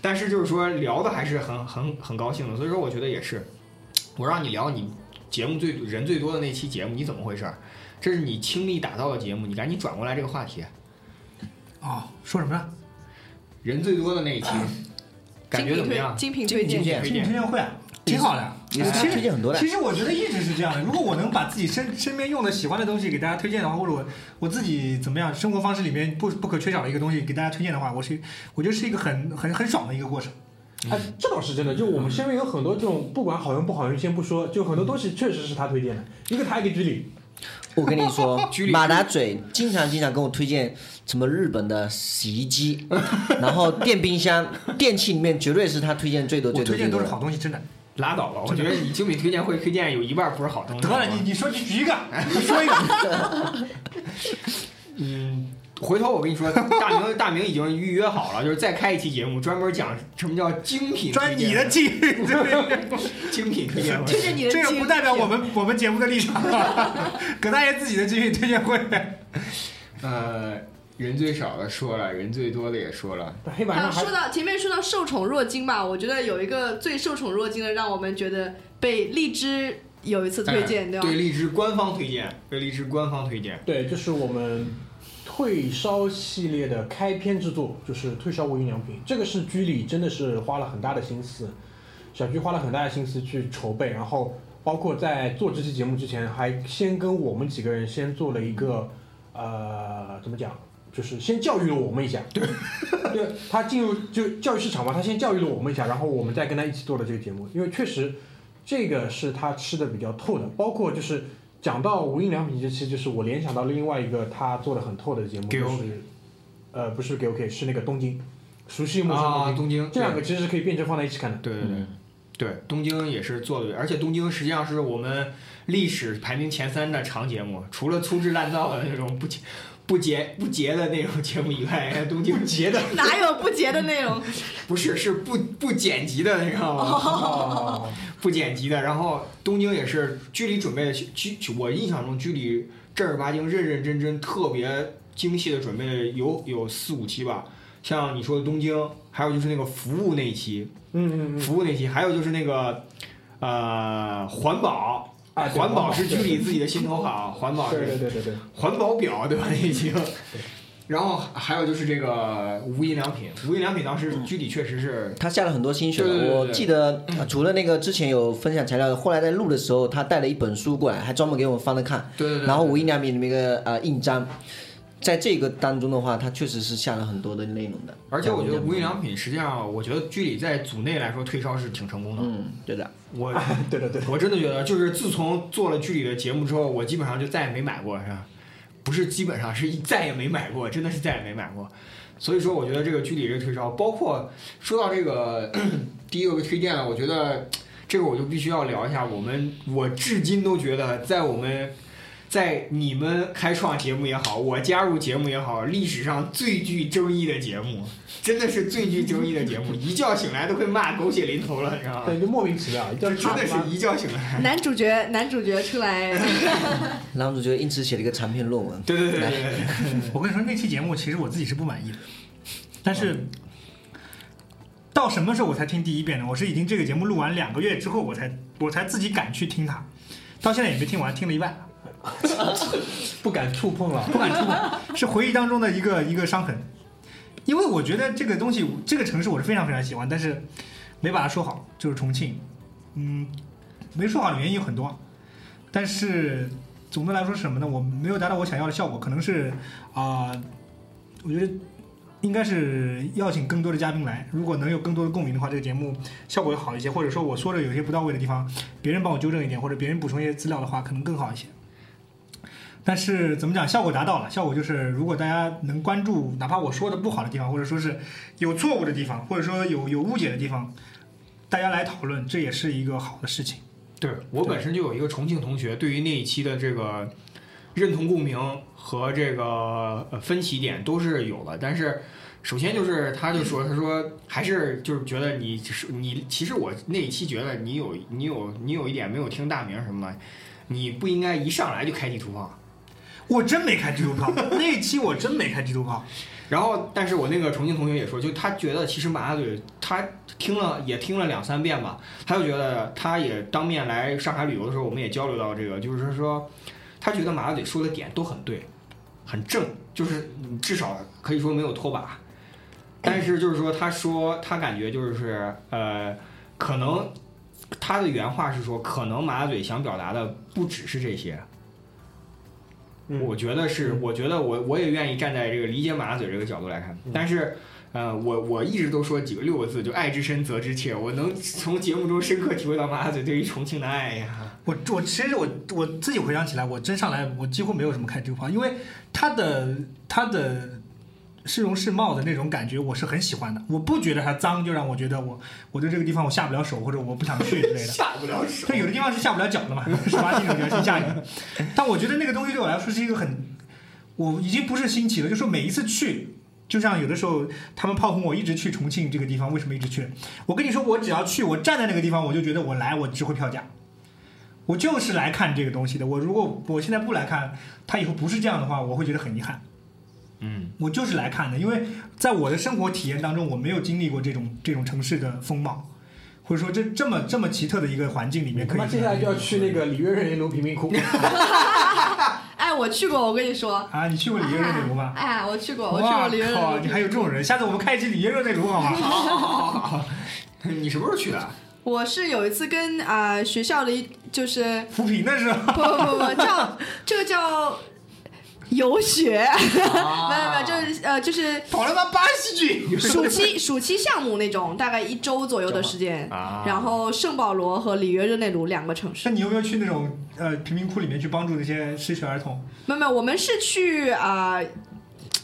但是就是说聊的还是很很很高兴的，所以说我觉得也是，我让你聊你节目最人最多的那期节目，你怎么回事儿？这是你倾力打造的节目，你赶紧转过来这个话题，啊
哦，说什么呢？
人最多的那
[LAUGHS]
一期，感觉怎么样？
精品推
精
荐
品推荐。
推
听
荐
推荐会啊，挺好的啊。
也是他推荐很多的
其实我觉得一直是这样的。如果我能把自己身身边用的、喜欢的东西给大家推荐的话，或者我我自己怎么样生活方式里面不不可缺少的一个东西给大家推荐的话，我是我觉得是一个很很很爽的一个过程。
哎，这倒是真的，就我们身边有很多这种，不管好用不好用，先不说，就很多东西确实是他推荐的，一个他一个居里，
我跟你说
居里，
马达嘴经常经常跟我推荐什么日本的洗衣机， [LAUGHS] 然后电冰箱、电器里面绝对是他推荐最多
我
最多
推
最
荐都
多
是
的。
好东西，真的。
拉倒吧，我觉得
[LAUGHS]
你精品推荐会推荐有一半不是好东西。
得了，你你说你
[LAUGHS]
举一个，你说一个。
嗯，回头我跟你说，大明大明已经预约好了，就是再开一期节目，专门讲什么叫精品推荐，
专你的技，对
精品推荐会。
推荐你的
这个不代表我们我们节目的立场。 [LAUGHS] 葛大爷自己的精品推荐会。
呃，人最少的说了，人最多的也说了。
黑板
啊，
上还
说到前面说到受宠若惊吧，我觉得有一个最受宠若惊的，让我们觉得被荔枝有一次推荐，
哎
对吧？
对荔枝官方推荐，对荔枝官方推荐。
对，就是我们退烧系列的开篇之作，就是退烧无印良品，这个是居里真的是花了很大的心思，小居花了很大的心思去筹备，然后包括在做这期节目之前，还先跟我们几个人先做了一个呃怎么讲就是先教育了我们一下，对， [LAUGHS] 对他进入就教育市场嘛，他先教育了我们一下，然后我们再跟他一起做了这个节目，因为确实这个是他吃的比较透的，包括就是讲到无印良品，这期就是我联想到另外一个他做的很透的节目，
给
就
我
是呃不是给 OK 是那个东京，熟悉陌生
啊，
东京，
东京
这两个其实是可以辩证放在一起看的，
对对对。
嗯，
对，东京也是做的，而且东京实际上是我们历史排名前三的长节目，除了粗制滥造的那种不洁、 [LAUGHS] 不洁、不洁的那种节目以外，东京洁的
哪有不洁的内容？
不是是不不剪辑的，你知道吗？
哦，
不剪辑的。然后东京也是居里准备的，居我印象中居里正儿八经、认认真真、特别精细的准备了有有四五期吧，像你说的东京，还有就是那个服务那一期，
嗯嗯嗯，
服务那期，还有就是那个呃环保，
啊对
环保是
对
居里自己的心头好，环保
对对
是
对对对，
环保表对吧？那已经。然后还有就是这个无印良品，无印良品当时居里确实是
他下了很多心血
对对对
了。
对
我记得
嗯
呃除了那个之前有分享材料，后来在录的时候，他带了一本书过来，还专门给我们翻了看。
对对对，
然后无印良品里面一个呃印章，在这个当中的话，他确实是下了很多的内容的。
而且我觉得无印
品，
良品实际上，我觉得居里在组内来说推烧是挺成功的。
嗯，对的，
我
[LAUGHS] 对对对，
[LAUGHS] 我真的觉得，就是自从做了剧里的节目之后，我基本上就再也没买过，是吧？不是基本上是再也没买过，真的是再也没买过。所以说，我觉得这个剧里这个推烧，包括说到这个第一个推荐了，我觉得这个我就必须要聊一下。我们我至今都觉得，在我们在你们开创节目也好，我加入节目也好，历史上最具争议的节目，真的是最具争议的节目，一觉醒来都会骂狗血淋头了，你知道吗？
对就莫名其妙，
这
真
真的是一觉醒来。
男主角男主角出来，
男主角因此写了一个长篇
[LAUGHS]
论文。
对对对对对，
我跟你说，那期节目其实我自己是不满意的，但是到什么时候我才听第一遍呢？我是已经这个节目录完两个月之后，我才我才自己敢去听它，到现在也没听完，听了一半，
不敢触碰了，
不敢触碰， [LAUGHS] 是回忆当中的一个一个伤痕。因为我觉得这个东西，这个城市我是非常非常喜欢，但是没把它说好，就是重庆，嗯，没说好的原因有很多，但是总的来说是什么呢？我没有达到我想要的效果，可能是啊、我觉得应该是邀请更多的嘉宾来，如果能有更多的共鸣的话，这个节目效果会好一些，或者说我说的有些不到位的地方，别人帮我纠正一点，或者别人补充一些资料的话，可能更好一些。但是怎么讲，效果达到了，效果就是如果大家能关注，哪怕我说的不好的地方，或者说是有错误的地方，或者说有有误解的地方，大家来讨论，这也是一个好的事情。
对我本身就有一个重庆同学，对于那一期的这个认同共鸣和这个呃分歧点都是有了，但是。首先就是，他就说，他说还是就是觉得你是你，其实我那一期觉得你有你有你有一点没有听大名什么的，你不应该一上来就开地图炮。
我真没开地图炮， [LAUGHS] 那一期我真没开地图炮。
然后，但是我那个重庆同学也说，就他觉得其实马大嘴他听了也听了两三遍吧，他就觉得他也当面来上海旅游的时候，我们也交流到这个，就是说他觉得马大嘴说的点都很对，很正，就是嗯至少可以说没有拖把。但是就是说，他说他感觉就是呃，可能他的原话是说，可能马大嘴想表达的不只是这些。
嗯
我觉得是，我觉得我我也愿意站在这个理解马大嘴这个角度来看，但是。呃，我我一直都说几个六个字，就爱之深责之切。我能从节目中深刻体会到马大嘴对于重庆的爱呀。
我我其实我我自己回想起来，我真上来我几乎没有什么开地图炮，因为他的他的市容市貌的那种感觉我是很喜欢的，我不觉得它脏就让我觉得我我对这个地方我下不了手或者我不想去之类的。
下不了手
对，有的地方是下不了脚的嘛，十八禁的地方是下雨的。但我觉得那个东西对我来说是一个很，我已经不是新奇了，就说每一次去，就像有的时候他们炮轰我一直去重庆这个地方，为什么一直去？我跟你说，我只要去，我站在那个地方，我就觉得我来，我值回票价。我就是来看这个东西的。我如果我现在不来看，它以后不是这样的话，我会觉得很遗憾。
嗯，
我就是来看的，因为在我的生活体验当中，我没有经历过这种这种城市的风貌，或者说这这么这么奇特的一个环境里面
他
可以。
妈接下来就要去那个里约热内卢贫民 [LAUGHS] 窟，
哎，我去过，我跟你说，
啊，你去过里约热内卢吗？
哎，我去过，我去过
哇
里约热
靠！
内
你
卢。
还有这种人，下次我们开一期里约热内卢
[LAUGHS]
好吗？
[LAUGHS] 你什么时候去的？
我是有一次跟啊、呃学校的一就是 [LAUGHS]
扶贫的是吧？
不不不不叫这个叫。游学，
啊
[LAUGHS] 没有没有，就是呃就是
跑了个巴西
[LAUGHS]
去
暑期暑期项目那种，大概一周左右的时间。
啊
然后圣保罗和里约热内卢两个城市
[LAUGHS] 那，你有没有去那种呃贫民窟里面去帮助那些失学儿童？
没有没有，我们是去啊、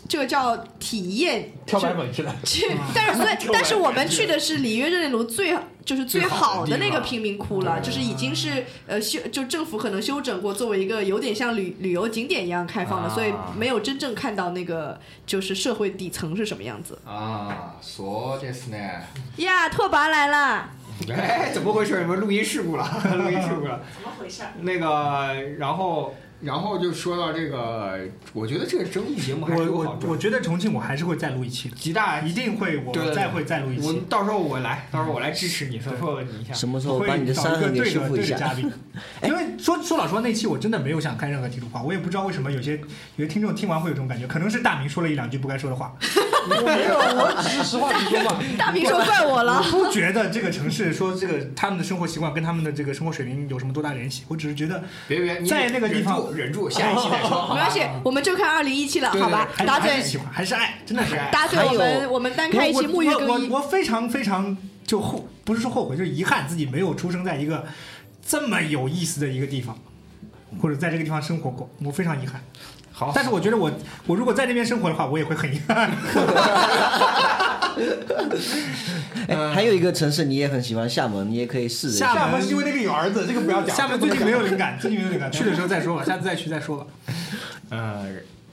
这个叫体验
跳白粉 [LAUGHS] 去了，
去，但是所以，但是我们去的是里约热内卢最就是最好的那个贫民窟了，就是已经是呃修就政府可能修整过，作为一个有点像旅旅游景点一样开放的，
啊
所以没有真正看到那个就是社会底层是什么样子。
啊，そうですね。
呀，拓跋来啦！
[LAUGHS] 哎，怎么回事？有没有录音事故了？ [LAUGHS] 录音事故了。
怎么回事？
那个，然后，然后就说到这个，我觉得这个争议节目还是
我
有好
我
处
我觉得重庆我还是会再录一期的，
极大，
一定会，我
对对
再会再录一
我
期。
到时候我来，到时候我来支持你，再说你一下。
什么时候
我会
把你的
找
伤
一个
痕给
对
修
着
复一
对着嘉
下？
宾， [LAUGHS] 因为说说老实话，那期我真的没有想看任何题录话，我也不知道为什么有些有些听众听完会有这种感觉，可能是大明说了一两句不该说的话，
我没有，我只是实话实说嘛。
大明说怪我了
我。不觉得这个城市说这个他们的生活习惯跟他们的这个生活水平有什么多大联系，我只是觉得
别别，你
在那个地
忍
方
住，忍住，下一期再说。
[LAUGHS]
好
没
吧
关系，我们就看二零一七了，
对
好吧
对？
还是
打
还
嘴
是，喜欢，还是爱，真的是爱。
打嘴，
还
我们
有
我们单
我
开一期沐浴
我
更衣
我。我非常非常就后不是说后悔，就是遗憾自己没有出生在一个这么有意思的一个地方，或者在这个地方生活过，我非常遗憾。
好，
但是我觉得我我如果在那边生活的话，我也会很遗憾。嗯
哎，还有一个城市你也很喜欢，厦门，你也可以试着一下。
厦门
因为那个有儿子，这个不要讲。
厦门最近没有灵感，最近没有灵感，去的时候再说吧，下次再去再说吧。
[LAUGHS] 呃，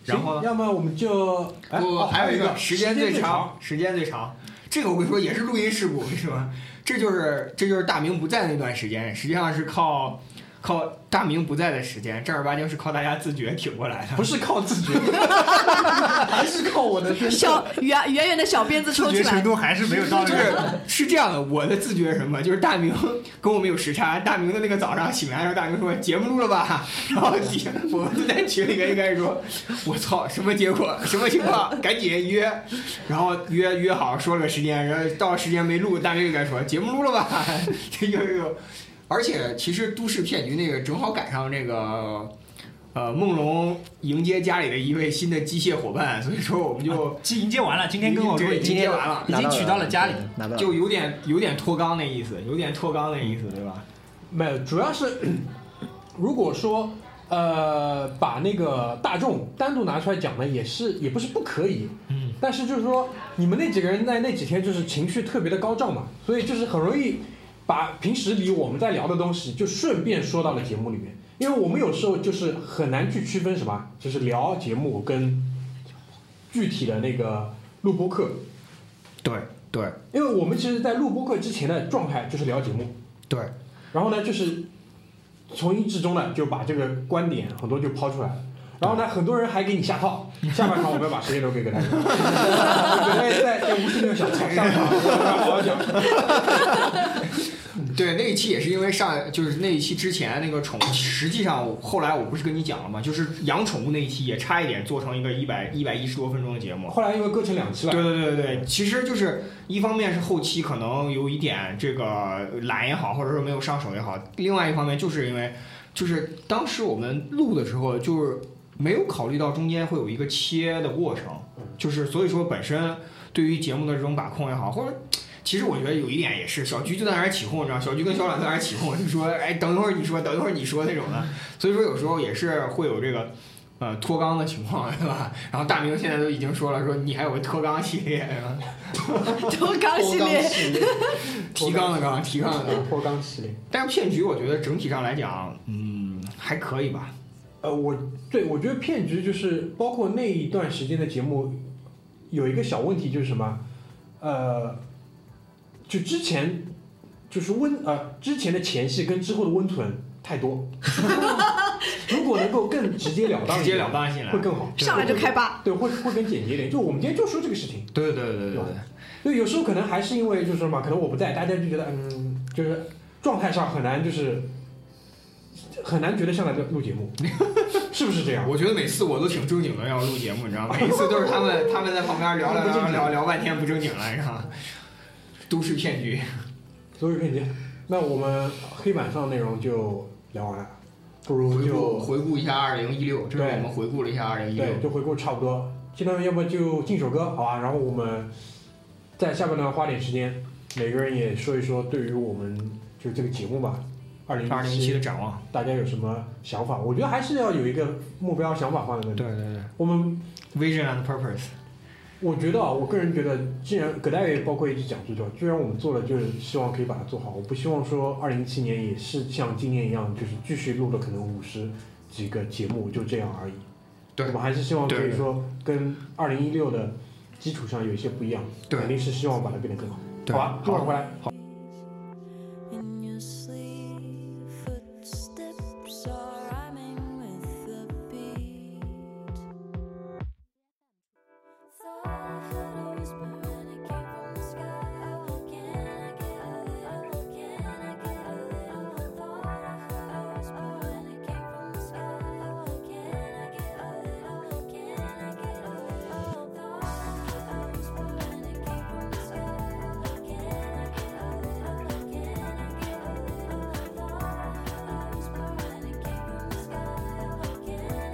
然后
行
呢？
要么我们就哎
不，
哦
还有一
个
个时间最长，时间最长，这个我跟你说也是录音事故，是吧？这就是这就是大明不在那段时间，实际上是靠靠大明不在的时间，正儿八经是靠大家自觉挺过来
[LAUGHS]
的。
不是靠自觉， [LAUGHS] 还是靠我的天赋。
小圆圆圆的小辫子
自
抽出
觉程
来，
度还是没有到
就
[LAUGHS] 那
是
个。
是这样的，我的自觉是什么？就是大明跟我们有时差，大明的那个早上醒来的时候，大明说节目录了吧，然后底下我们就在群里面一开始说，我操，什么结果，什么情况，赶紧约，然后约约好说了个时间，然后到时间没录，大明就该说节目录了吧，这又又，而且其实都市骗局那个正好赶上那个。呃，梦龙迎接家里的一位新的机械伙伴，所以说我们就
既迎接完了，今天跟我说已
今
经
天完了
已经取到了家里。
拿到了
就有点有点脱肛那意思，有点脱肛那意思，对吧？
没有，主要是 [CLEARS THROAT] 如果说呃把那个大众单独拿出来讲呢，也是也不是不可以，
嗯，
但是就是说你们那几个人在那几天就是情绪特别的高涨嘛，所以就是很容易把平时里我们在聊的东西就顺便说到了节目里面，因为我们有时候就是很难去区分什么，就是聊节目跟具体的那个录播课，
对对
因为我们其实，在录播课之前的状态就是聊节目。
对，
然后呢，就是从一至终呢，就把这个观点很多就抛出来了。然后呢，很多人还给你下套，下半场我们要把时间留给给他们。在在在无视那个小场上，好好讲。
对，那一期也是因为上就是那一期之前那个宠物，实际上我后来我不是跟你讲了吗？就是养宠物那一期也差一点做成一个一百一百一十多分钟的节目。
后来因为割成两期了，
对对对对对，其实就是一方面是后期可能有一点这个呃懒也好，或者说没有上手也好，另外一方面就是因为就是当时我们录的时候就是没有考虑到中间会有一个切的过程，就是所以说本身对于节目的这种把控也好，或者。其实我觉得有一点也是，小菊就在那儿起哄，你知道，小菊跟小懒在那儿起哄，就说，哎，等一会儿你说，等一会儿你说那种的，所以说有时候也是会有这个，呃，脱肛的情况，对吧？然后大明现在都已经说了，说你还有个脱肛系列，是吧
脱
啊
肛系列。
[LAUGHS] 提纲的纲，提纲的纲。
脱肛系列。
但是骗局，我觉得整体上来讲，嗯，还可以吧。
呃，我对我觉得骗局就是包括那一段时间的节目，有一个小问题就是什么，呃，就之前就是温呃之前的前戏跟之后的温存太多， [LAUGHS] 如果能够更直截了当
直
一点，
截了当进来
会。更好，
上来就开扒，
对，会会更简洁一点。就我们今天就说这个事情，
对对对对对
就有时候可能还是因为就是什么，可能我不在，大家就觉得嗯，就是状态上很难就是很难觉得像在录节目， [LAUGHS] 是不是这样？
我觉得每次我都挺正经的要录节目，你知道吗？每一次都是他们 [LAUGHS] 他们在旁边聊聊聊聊聊半天不正经了，你知道吗？都市骗局。
所以可以，那我们黑板上内容就聊完了。不如
回顾
就
回顾一下二零一六，这是
对
我们回顾了一下二零一六
对，，就回顾差不多。今天要不就进首歌好啊，然后我们在下半段花点时间，每个人也说一说对于我们就这个节目吧，二零
二零一
七
七的展望。
大家有什么想法？我觉得还是要有一个目标想法放在那里。
对对对
我们
，vision and purpose。
我觉得啊，我个人觉得，既然葛大爷包括一直讲这句话，既然我们做了，就是希望可以把它做好。我不希望说二零一七年也是像今年一样，就是继续录了可能五十几个节目就这样而已。
对
我们还是希望可
对
以说跟二零一六的基础上有一些不一样，
对
肯定是希望把它变得更好。
对
好吧，一会儿回来。
In your sleep, footsteps are rhyming with the beat. Thought I whisper and it came from the sky. Oh, can I get a little? Can I get a little? Thought I whisper and it came from the sky. Oh, can I get a little? Can I get a little? Thought I whisper and it came from the sky. Oh, can I get a little? Can I get a little? Thought I whisper and it came from the sky. Oh, can I get a little? Can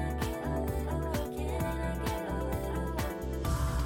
I get a little?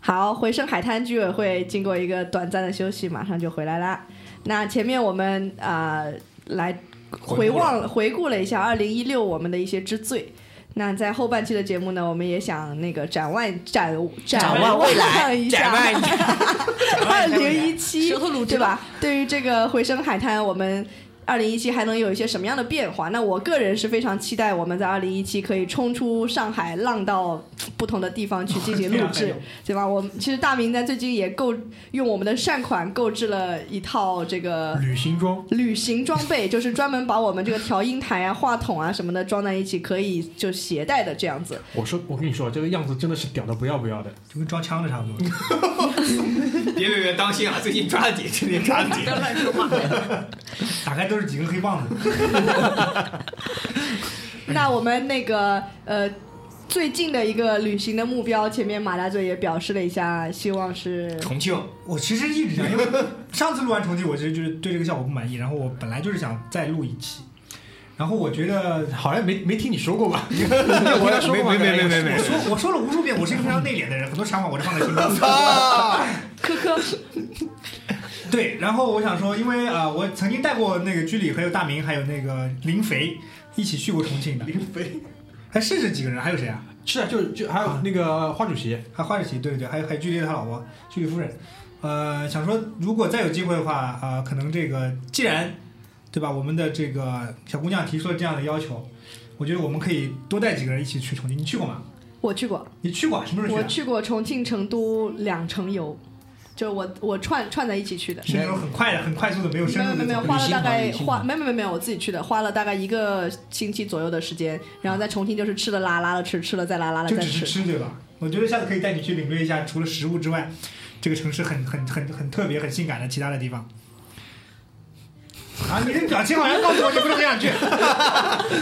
好，回声海滩居委会经过一个短暂的休息，马上就回来啦。那前面我们啊、呃来回望回顾了一下二零一六我们的一些之最。那在后半期的节目呢，我们也想那个展望展
展望
望 [LAUGHS]
未来
一，下
展望一下
二零一七
舌头鲁智
对吧？对于这个回声海滩，我们。二零一七还能有一些什么样的变化？那我个人是非常期待我们在二零一七可以冲出上海，浪到不同的地方去进行录
这
制
[LAUGHS] 啊
样，
对吧？我们其实大明在最近也购用我们的善款购置了一套这个
旅行装，
旅行装备，就是专门把我们这个调音台啊、话筒啊什么的装在一起，可以就携带的这样子。
我说，我跟你说，这个样子真的是屌的不要不要
[LAUGHS]
的。
就跟装枪的差不多。
别别别，当心啊！最近抓的紧，最近抓的紧
[LAUGHS]
不。要乱说话。
打开都是几根黑棒子。
那我们那个呃。最近的一个旅行的目标，前面马大嘴也表示了一下，希望是
重庆，
我其实一直想，因为上次录完重庆，我其实就是对这个效果不满意，然后我本来就是想再录一期。然后我觉得
好像没没听你说过吧？你
我
我说过吗？
没没没没
我说我说了无数遍，我是一个非常内敛的人，很多想法我都放在心 [LAUGHS] 里。
科科，
对，然后我想说，因为啊、呃我曾经带过那个居里，还有大明，还有那个林肥一起去过重庆的。林肥， [LAUGHS] 还是这几个人，还有谁啊？
是啊，就就还有那个花主席，
还花着旗，对对对，还有还有居里他老婆居里夫人，呃，想说如果再有机会的话，呃，可能这个既然对吧，我们的这个小姑娘提出了这样的要求，我觉得我们可以多带几个人一起去重庆。你去过吗？
我去过，
你去过啊？什么时候
我
去的？
去过重庆、成都两城游，就是我我串串在一起去的。
是那种很快的、很快速的，没有
没
深
有
入
没
的
有没有，
走。
花了大概
旅行团
花没有没有没有，我自己去的，花了大概一个星期左右的时间，然后在重庆就是吃了拉拉了吃，吃了再拉拉了
就
再
只是
吃。
吃对吧？我觉得下次可以带你去领略一下，除了食物之外，这个城市很很很很特别、很性感的其他的地方。啊，你的表情好像告诉我你不是很想去，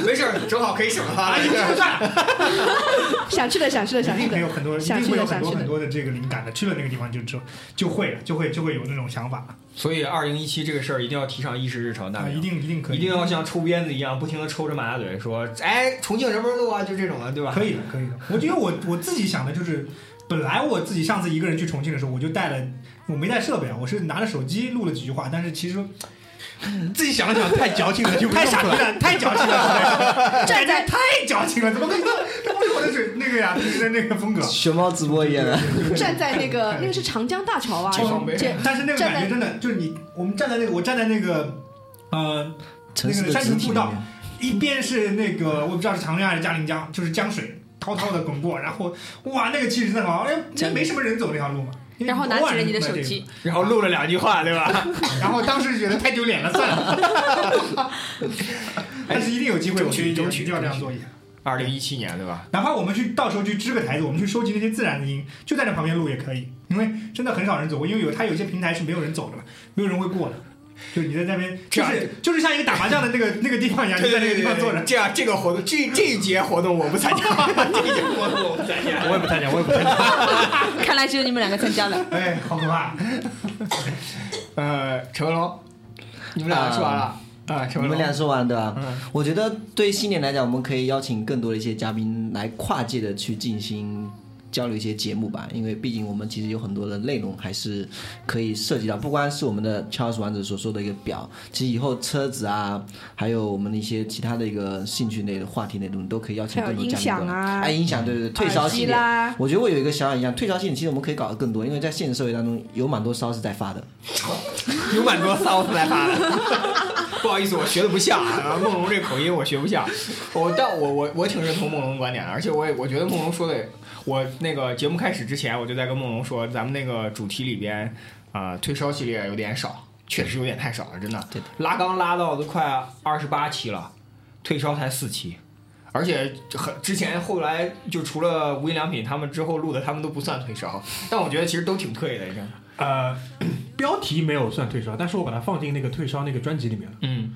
没事儿，正好可以省了。
啊，你去就算了。
想去的想去的 [LAUGHS] 想
一
去
定会有
的，
很多，一
想
定
去
会
的
有很
想
多
去的
很多的这个灵感的。去了那个地方就知道，就会了，就会就会有那种想法了
所以二零一七这个事儿一定要提上议事日程，大
啊，
明
一定一定可以，
一定要像抽鞭子一样，不停的抽着马大嘴说：“哎，重庆什么时候录啊？”就这种的，对吧？
可以的，可以的。我觉得我我自己想的就是，本来我自己上次一个人去重庆的时候，我就带了，我没带设备啊，我是拿着手机录了几句话，但是其实
自己想了想，太矫情了，就不
太
用
傻逼
了。
了，太矫情了，
[LAUGHS]
站
感觉
在
太矫情了，怎么可能？这不是我的水那个呀，平时的那个风格。
熊猫直播一样的，
站在那个那个是长江大桥吧？啊
解放碑
解
但是那个
站
感觉真的就是你，我们站在那个，我站在那个，呃，
城市的
那个山
肢
城
体
步
里
道
面，
一边是那个我不知道是长江还是嘉陵江，就是江水，滔滔的滚过，然后哇，那个气势真的好，因为没什么人走那条路嘛。因为
然后拿
偶尔
起了你的
能
手
碰到这个 [LAUGHS]
机，
然后录了两句话，对吧？然后当时觉得太丢脸了，算了。
[LAUGHS]
但是一定有机会，我觉得一定一定要这样做一下。
二零一七年对吧？
哪怕我们去到时候去支个台子，我们去收集那些自然的音，就在那旁边录也可以，因为真的很少人走过，因为有它有些平台是没有人走的嘛，没有人会过的。就是你在那边，就
这样
是就是像一个打麻将的那个那个地方一样，你在那个地方坐着。
这样这个活动这这一节活动我不参加，这一节活动我不参加，我也不参加，我也不参加。
看来只有你们两个参加了。
哎，好可怕！
呃，陈文龙，你们俩说完了啊？陈
你
文
们
龙，
俩说完了对吧？
嗯
我觉得对新年来讲，我们可以邀请更多的一些嘉宾来跨界的去进行交流一些节目吧，因为毕竟我们其实有很多的内容还是可以涉及到，不光是我们的 Charles 王子所说的一个表，其实以后车子啊，还有我们的一些其他的一个兴趣类的话题内容，都可以邀请
还有
更多
音
嘉宾
响
过来
啊
哎，音响对对对，退烧
耳
系
机
列。
啦，
我觉得我有一个小小印象，退烧系列其实我们可以搞得更多，因为在现实社会当中有蛮多骚是在发的。
[LAUGHS] 有蛮多骚子来发的， [LAUGHS] 不好意思，我学的不像啊，梦龙这口音我学不像。我但我我我挺认同梦龙的观点的，而且我也我觉得梦龙说的，我那个节目开始之前我就在跟梦龙说，咱们那个主题里边啊、呃推烧系列有点少，确实有点太少了，真的
对。
拉缸拉到都快二十八期了，退烧才四期。而且很之前后来就除了无印良品他们之后录的，他们都不算退烧，但我觉得其实都挺退的，真的。
呃， [CLEARS THROAT] 标题没有算退烧，但是我把它放进那个退烧那个专辑里面了。
嗯，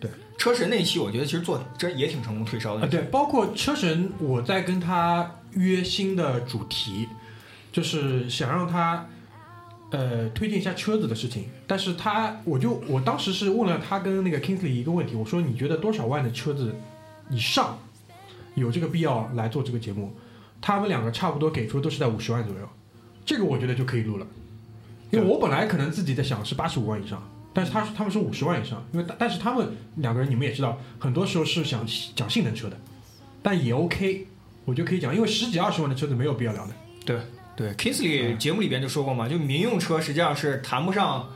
对，
车神那一期我觉得其实做得真也挺成功推烧
啊，
的。
对，包括车神，我在跟他约新的主题，就是想让他呃推荐一下车子的事情。但是他，我就我当时是问了他跟那个 Kingsley 一个问题，我说你觉得多少万的车子以上有这个必要来做这个节目？他们两个差不多给出都是在五十万左右，这个我觉得就可以录了，因为我本来可能自己在想是八十五万以上。但是他他们是五十万以上，因为但但是他们两个人你们也知道，很多时候是想讲性能车的，但也 OK，我觉得可以讲，因为十几二十万的车子没有必要聊的。
对 k i n s l e y 节目里边就说过嘛，就民用车实际上是谈不上。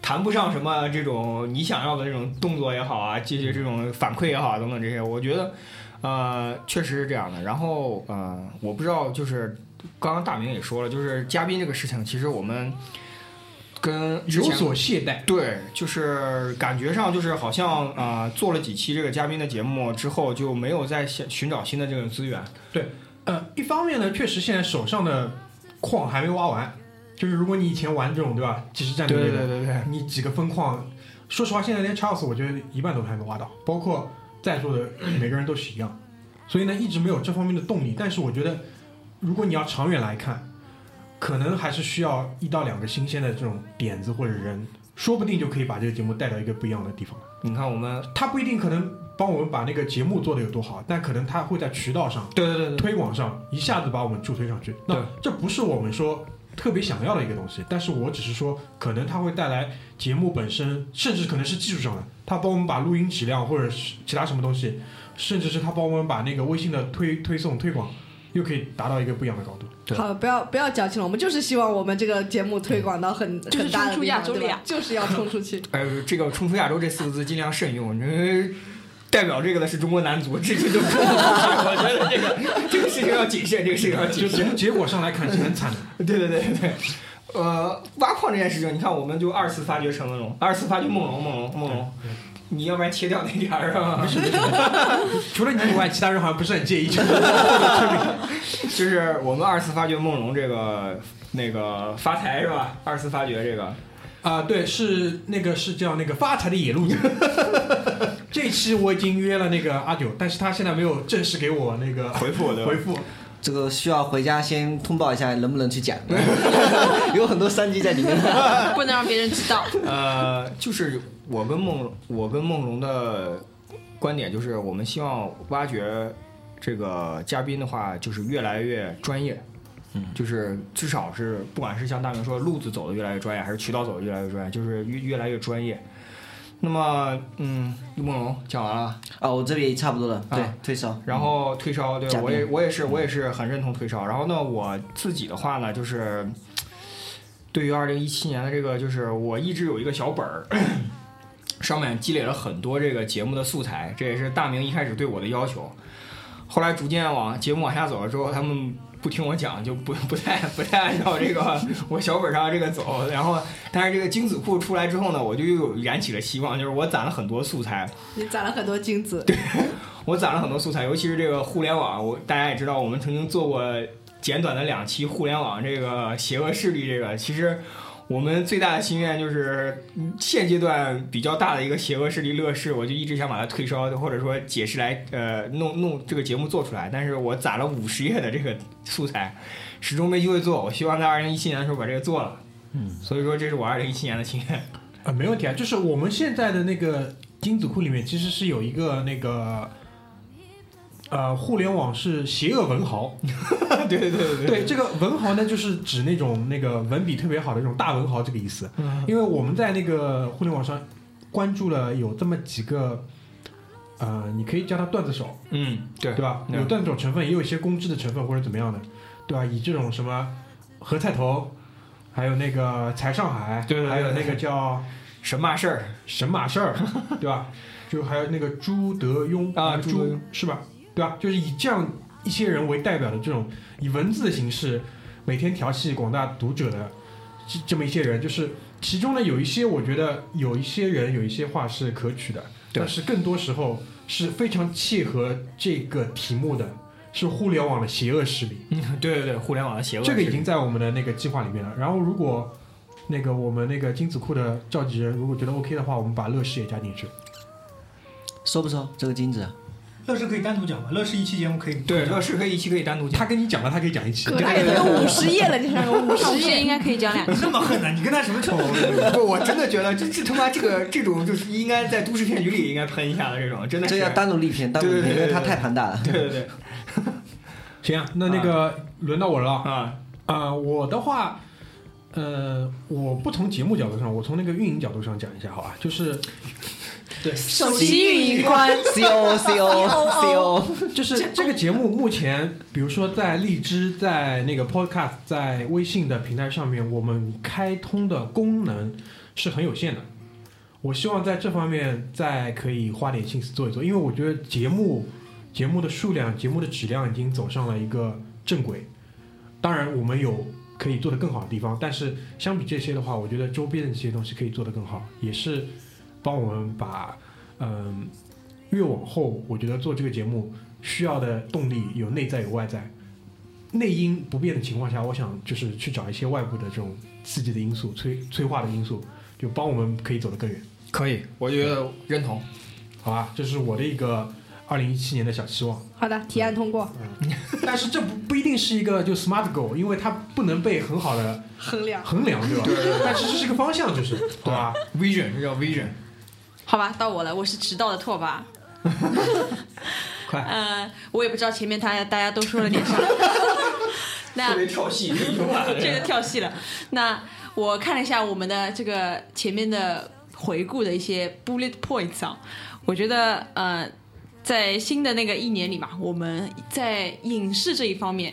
谈不上什么这种你想要的这种动作也好啊，这些这种反馈也好啊，等等这些，我觉得，呃，确实是这样的。然后，呃，我不知道，就是刚刚大明也说了，就是嘉宾这个事情，其实我们跟之
有
前
所懈怠，
对，就是感觉上就是好像啊、呃做了几期这个嘉宾的节目之后，就没有再寻寻找新的这种资源。
呃，一方面呢，确实现在手上的矿还没挖完，就是如果你以前玩这种对吧，即时战略类的，
对对，
你几个分矿，说实话，现在连 Charles 我觉得一半都还没挖到，包括在座的 [CLEARS THROAT] 每个人都是一样，所以呢，一直没有这方面的动力。但是我觉得，如果你要长远来看，可能还是需要一到两个新鲜的这种点子或者人，说不定就可以把这个节目带到一个不一样的地方。
你看我们，
他不一定可能帮我们把那个节目做得有多好，但可能他会在渠道上、
对对对对，
推广上一下子把我们助推上去。那
对
这不是我们说特别想要的一个东西，但是我只是说，可能它会带来节目本身，甚至可能是技术上的，它帮我们把录音质量或者是其他什么东西，甚至是它帮我们把那个微信的推推送推广，又可以达到一个不一样的高度。
对
[LAUGHS] 好了，不要不要矫情了，我们就是希望我们这个节目推广到很
[LAUGHS] 就是
很大
冲
的
出
地方
亚洲
对吧
了呀
就是要冲出去。
呃，这个“冲出亚洲”这四个字尽量慎用。这代表这个的是中国男足，这这就我觉得这个 [LAUGHS] 这个事情要谨慎，这个事情要
就
谨慎。
从结果上来看是很惨的，
对对对对。呃，挖矿这件事情，你看，我们就二次发掘陈文龙，二次发掘梦龙，梦龙，梦龙，你要不然切掉那点儿啊？
除了你以外，其他人好像不是很介意。
就是我们二次发掘梦龙这个那个发财是吧？二次发掘这个，
啊、对，是那个是叫那个发财的野路子。这期我已经约了那个阿九，但是他现在没有正式给我那个
[LAUGHS] 回复我的
回复。
这个需要回家先通报一下，能不能
[LAUGHS]
去讲？有很多商机在里面。
[LAUGHS] 不能让别人知道。
呃，就是我跟梦我跟梦龙的观点就是，我们希望挖掘这个嘉宾的话，就是越来越专业。嗯，就是至少是，不管是像大明说，路子走的越来越专业，还是渠道走的越来越专业，就是越越来越专业。那么，嗯，梦龙讲完了，
啊，我这里也差不多了，对
啊，
退烧。
然后退烧，对
嗯嘉宾嗯
我也我也是我也是很认同退烧。然后呢，我自己的话呢，就是对于二零一七年的这个，就是我一直有一个小本儿，上面积累了很多这个节目的素材，这也是大明一开始对我的要求。后来逐渐往节目往下走了之后，他们不听我讲，就不不太不太按照这个我小本上这个走。然后，但是这个精子库出来之后呢，我就又有燃起了希望，就是我攒了很多素材，
你攒了很多精子，
我攒了很多素材，尤其是这个互联网，我大家也知道，我们曾经做过简短的两期互联网这个邪恶势力这个，其实。我们最大的心愿就是，嗯现阶段比较大的一个邪恶势力乐视，我就一直想把它推烧，或者说解释来，呃，弄弄这个节目做出来。但是我攒了五十页的这个素材，始终没机会做。我希望在二零一七年的时候把这个做了。嗯，所以说这是我二零一七年的心愿。
啊，没问题啊，就是我们现在的那个精子库里面其实是有一个那个，呃，互联网是邪恶文豪，
[LAUGHS] 对对对对
对，这个文豪呢，就是指那种那个文笔特别好的那种大文豪这个意思。
嗯
因为我们在那个互联网上关注了有这么几个，呃，你可以叫他段子手，
嗯，对
对吧？
嗯
有段子手成分，也有一些公知的成分或者怎么样的，对吧？以这种什么何菜头，还有那个才上海，
对对对
还有那个
对
叫
神马事儿 [LAUGHS]
神马事儿，对吧？就还有那个朱德庸
啊朱德
朱
庸
是吧？对吧？就是以这样一些人为代表的这种以文字的形式每天调戏广大读者的这这么一些人，就是其中呢有一些我觉得有一些人有一些话是可取的，
对
但是更多时候是非常契合这个题目的，是互联网的邪恶势力。
嗯，对对对，互联网的邪恶势
这
力，
个已经在我们的那个计划里面了。然后如果那个我们那个精子库的召集人如果觉得 OK 的话，我们把乐视也加进去。
收不收这个金子？
乐视可以单独讲吧，乐视一期节目可以
对乐视可以一期可以单独讲。
他跟你讲了，他可以讲一期
哥，。大概都有五十页了，你看五
那我
十
现在
页，
应该可以讲 [LAUGHS] 两个。
那么恨呢？你跟他什么仇？
[LAUGHS] 不，我真的觉得这这他妈这个这种就是应该在都市骗局里应该喷一下的这种，真的是
这要单独立篇，单独立篇，
对对
因
对
为它太庞大了。
对对
[LAUGHS]
对
行啊，那那个轮到我了啊。
啊，
啊，我的话，呃，我不从节目角度上，我从那个运营角度上讲一下好吧。就是
手机运营官
[LAUGHS] C O C O C O，
就是这个节目目前，比如说在荔枝、在那个 Podcast、在微信的平台上面，我们开通的功能是很有限的。我希望在这方面再可以花点心思做一做，因为我觉得节目、节目的数量、节目的质量已经走上了一个正轨。当然，我们有可以做得更好的地方，但是相比这些的话，我觉得周边的这些东西可以做得更好，也是帮我们把嗯、越往后，我觉得做这个节目需要的动力有内在有外在，内因不变的情况下，我想就是去找一些外部的这种刺激的因素、催催化的因素，就帮我们可以走得更远，
可以，我觉得认同。
好吧？这是我的一个二零一七年的小希望。 [LAUGHS]
好的，提案通过，
但是这不不一定是一个就 smart goal，因为它不能被很好的 [LAUGHS]
衡量。
衡量，对吧？但是这是个方向，就是对吧？
Vision 这叫 Vision，
好吧，到我了，我是迟到的拓跋。
快
呃，我也不知道前面大家大家都说了点啥。那
跳戏，
这个跳戏了。那我看了一下我们的这个前面的回顾的一些 bullet points 啊，我觉得呃，在新的那个一年里嘛，我们在影视这一方面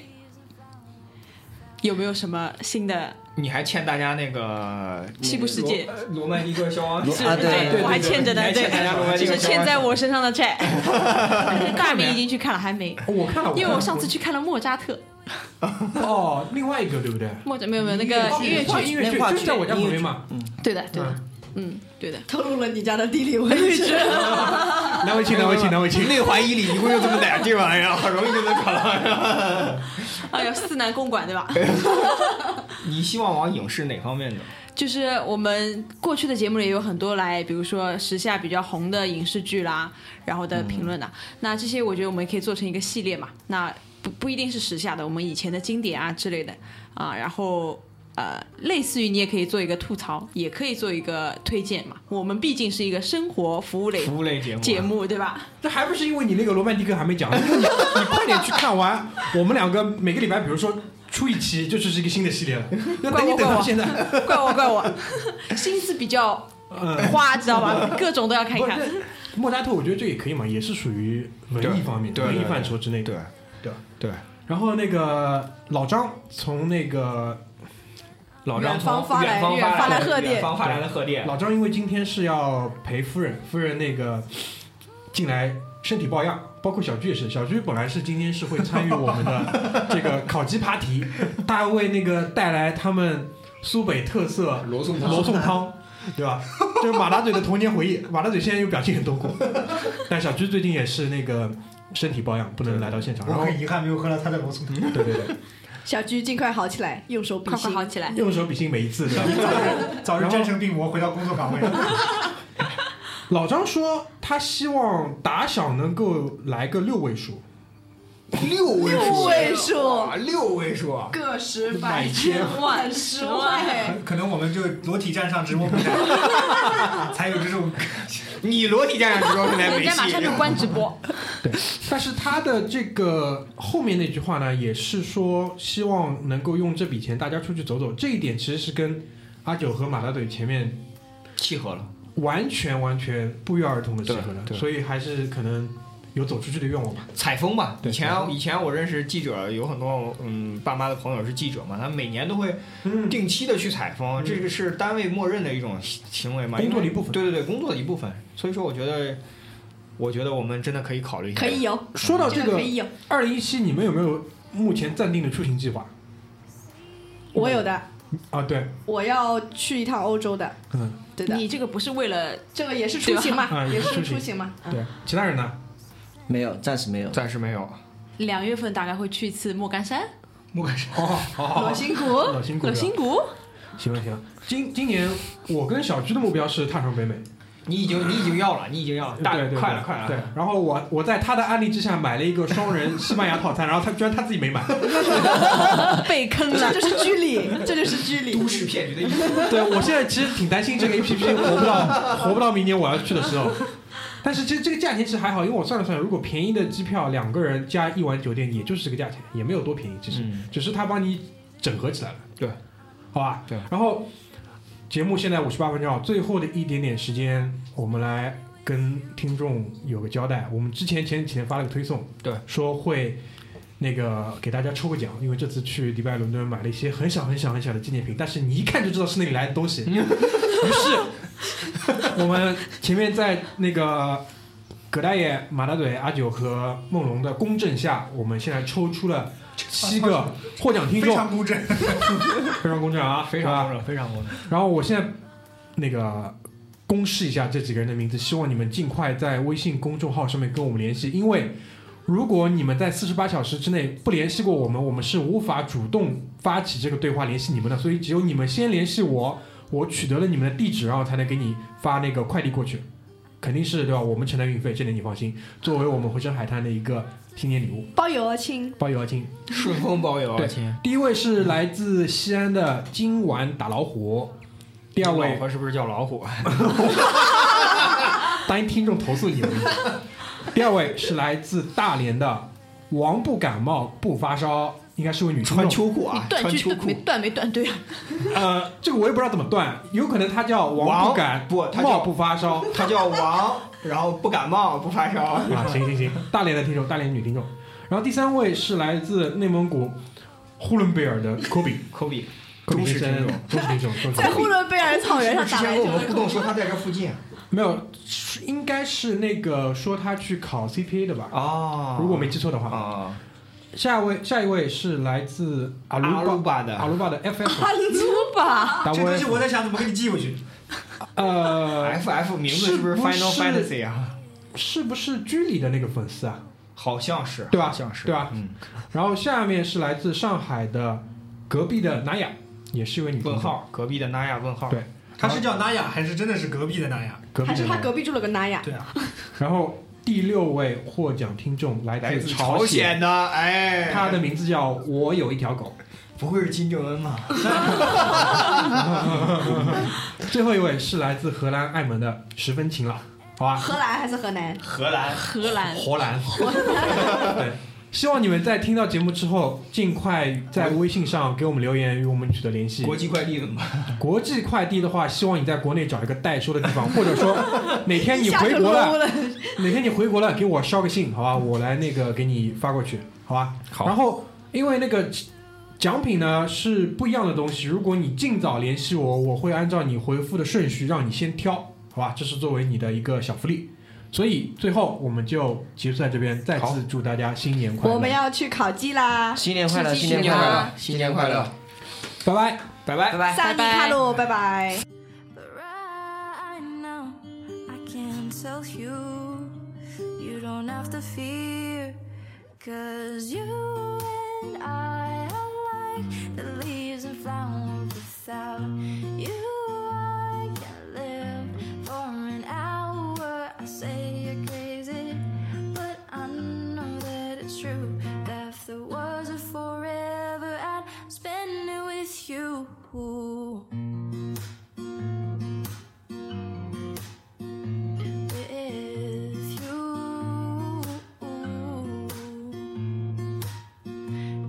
有没有什么新的？
你还欠大家那个
西部世界
呃罗曼蒂克哎消亡
罗啊对对对
我还欠着呢，
你还欠大家罗曼
就
蒂克啊
是
消
欠
亡
在我身上的债。大明已经去看了，还没，
哦我看了，
因为我上次去看了莫扎特，
哦，另外一个对不对？
莫扎没有没有那个音乐
话剧，哦
剧，
音乐剧
话剧
就在我家旁边嘛。
对的对的，嗯对的。
透露了你家的地理位置，
难为情，难为情，难为
[LAUGHS]
情。
内环一里一共就这么点地方，哎 [LAUGHS] 呀，好容易就能找到。
[LAUGHS] 哎呀，四南公馆对吧？
你希望往影视哪方面的？
就是我们过去的节目里有很多来，比如说时下比较红的影视剧啦，然后的评论呐、啊那这些我觉得我们可以做成一个系列嘛。那不不一定是时下的，我们以前的经典啊之类的啊，然后。呃，类似于你也可以做一个吐槽，也可以做一个推荐嘛。我们毕竟是一个生活服务类
[LAUGHS] 服务类节目啊。
节目，对吧？
这还不是因为你那个罗曼蒂克还没讲，因为你你快点去看完，我们两个每个礼拜，比如说出一期，这就是一个新的系
[LAUGHS]
列了。那等你等到现在，
怪我，怪我， [LAUGHS] 心思比较
嗯，
花，知道吧？各种都要看一
不
看。
是莫扎特，我觉得这也可以嘛，也是属于文艺方面、
对对
文艺
对
范畴之内。
对
对
对，
然后那个老张从那个
老张
远
从
方发来
远方
远
发
发
来
来贺电
远方发来的贺电。
老张，因为今天是要陪夫人，夫人那个进来身体抱恙，包括小鞠也是。小鞠本来是今天是会参与我们的这个烤鸡扒题，他为那个带来他们苏北特色
罗宋
罗宋汤，对吧？这是马大嘴的童年回忆。马大嘴现在又表情很痛苦， [LAUGHS] 但小鞠最近也是那个身体抱恙，不能来到现场。然
[LAUGHS] 我
后，
很遗憾没有喝到他的罗宋汤。
对对对，
小鞠尽快好起来，用手比
快快
心。
好起来！
用手比心每一次，对吧？
早日
然后
战胜病魔，回到工作 [LAUGHS] 岗位。
老张说他希望打小能够来个六位数，
六位数，
六位数
哇六位数，啊
个十
百千
万
十
十
万
万，
可能我们就裸体站上直播平 [LAUGHS] 台，才有这种
你裸体家长知道是来
人
没
家马上就
戏。
关直播，
但是他的这个后面那句话呢，也是说希望能够用这笔钱大家出去走走，这一点其实是跟阿九和马大嘴前面
契合了，
完全完全不约而同的契合
对
的，
对
所以还是可能有走出去的愿望吧。
采风吧。
对
以前以前我认识记者，有很多嗯爸妈的朋友是记者嘛，他们每年都会
嗯，
定期的去采风，这个是单位默认的一种行为嘛，
工作的
因为
一部分
对对对，嗯工作的一部分。所以说，我觉得，我觉得我们真的可以考虑一下。
可以有，
说到
这
这
个
个
可以有，
二零一七，你们有没有目前暂定的出行计划
我有的，
啊？对，
我要去一趟欧洲的，
嗯，
对的，
你这个不是为了
这个也是出行
对吧
嘛，
啊
也是
也是
出
出
行嘛，嗯
对，其他人呢？
没有，暂时没有。
暂时没有。
两月份大概会去一次莫干山、
莫干山。
好好好好
罗
好，
辛谷，
老辛苦
乐
了。
心谷，
行了行了，今今年我跟小鞠的目标是踏上北美，
你已经你已经要了，你已经要了，大
对对
快了
对
快了。
对，然后我我在他的案例之下买了一个双人西班牙套餐，然后他居然他自己没买，
被坑了
这。就是居里，这就是居里，
都市骗局的一种
[LAUGHS] 对我现在其实挺担心这个 A P [LAUGHS] P 活不到活不到明年我要去的时候。 [LAUGHS] 但是这这个价钱其实还好，因为我算了算，如果便宜的机票两个人加一晚酒店，也就是这个价钱，也没有多便宜，其实、
嗯
只是他帮你整合起来了。
对，
好吧。
对
然后节目现在五十八分钟，最后的一点点时间，我们来跟听众有个交代。我们之前前几天发了个推送，
对，
说会那个给大家抽个奖，因为这次去迪拜、伦敦买了一些很小很小很小的纪念品，但是你一看就知道是那里来的东
[LAUGHS]
西。于是我们前面在那个。葛大爷、马大嘴、阿九和梦龙的公正下，我们现在抽出了七个获奖听
非
众，
常工整，
非常公正啊，
非
是吧
常公正，非常公正。
然后我现在那个公示一下这几个人的名字，希望你们尽快在微信公众号上面跟我们联系，因为如果你们在四十八小时之内不联系过我们，我们是无法主动发起这个对话联系你们的，所以只有你们先联系我，我取得了你们的地址，然后才能给你发那个快递过去，肯定是对吧？我们承担运费，这点你放心，作为我们回声海滩的一个新年礼物，
包邮啊，亲，
包邮啊，亲。
顺丰包邮，啊
对
亲。
第一位是来自西安的今晚打老虎，第二
老
位
婆是不是叫老虎？啊 [LAUGHS]
答应听众投诉你们。 [LAUGHS] 第二位是来自大连的王不感冒不发烧，应该是位女听众。
秋裤啊
断句断没断没断对啊？
呃，这个我也不知道怎么断，有可能她叫王
王
不感
不她叫
冒不发烧。
他叫王，然后不感冒，不发烧。
[LAUGHS] 啊，
[LAUGHS]
行行行，大连的听众，大连女听众。然后第三位是来自内蒙古呼伦贝尔的科比，
科比，
科比
忠实
先生
听众，
忠实听众，忠实
在
听
呼
众。
伦贝尔草原上
之
打
前
篮
跟
球
[LAUGHS] 我们
的，
互动说他在这附近
没有，是应该是那个说他去考 CPA 的吧？
啊
如果没记错的话。
啊，
下一位，下一位是来自阿
阿
鲁
鲁
巴
巴的
阿鲁巴的 FF
阿鲁吧，
达
这
沃
东西啊我在想怎么给你寄回去。
呃，
F F 名字是不是
是不
Final
是
Fantasy 啊？
是不是居里的那个粉丝啊？
好像是，
对吧
好像是，
对吧
嗯，
然后下面是来自上海的隔壁的娜雅，也是一位女同
问
胞，
号，嗯隔壁的娜亚问号，
对
他是叫娜雅还是真的是隔壁的娜雅？
隔壁
还
的
是他
娜雅。
隔壁住了个娜雅，
对啊，
然后第六位获奖听众来
来自
自
朝
朝鲜，
鲜的，哎，
他的名字叫我有一条狗。
不会是金正恩吧？
最后一位是来自荷兰爱门的十分勤劳，好
[LAUGHS]
吧，
荷兰还是河南？
荷兰，
荷兰
荷兰。对，希望你们在听到节目之后，尽快在微信上给我们留言，与我们取得联系。
国际快递怎么办？
国际快递的话，希望你在国内找一个代收的地方，或
[LAUGHS]
者说哪天
一
你
下
回
就
国
撸
了，
了，
哪天你回国了，给我捎个信，好吧，我来那个给你发过去，好吧。
好
然后因为那个奖品呢是不一样的东西，如果你尽早联系我，我会按照你回复的顺序让你先挑，好吧，这是作为你的一个小福利。所以最后我们就结束在这边，再次祝大家新年快乐！
我们要去烤鸡啦！
新年快乐，
新年
新年
快
快
乐
乐，新年快乐，
拜拜。
拜拜拜拜。
萨利卡路，拜拜。
But right now, I can tell you, you don't have to fear. Cause you and I are like the leaves and flowers without you. I can live for an hour. I say you're crazy, but I know that it's true. That if there was a forever, I'd spend it with you. with you.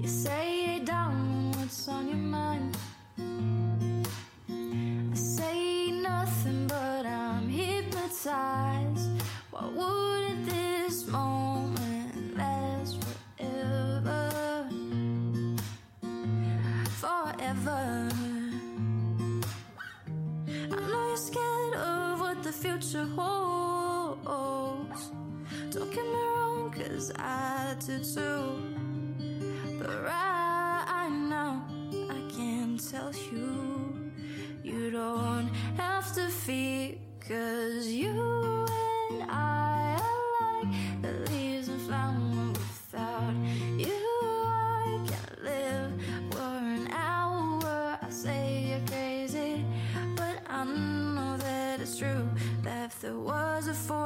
You say it down what's on your mind. I say nothing, but I'm hypnotized. Why wouldn't this moment last forever? Forever. I know you're scared of what the future holds. Don't get me wrong, cause I do too. But right now, I can tell you, you don't have to fear, cause you and I are like the leaves and flowers without you. I can't live for an hour. I say you're crazy, but I know that it's true. That if there was a four Mm.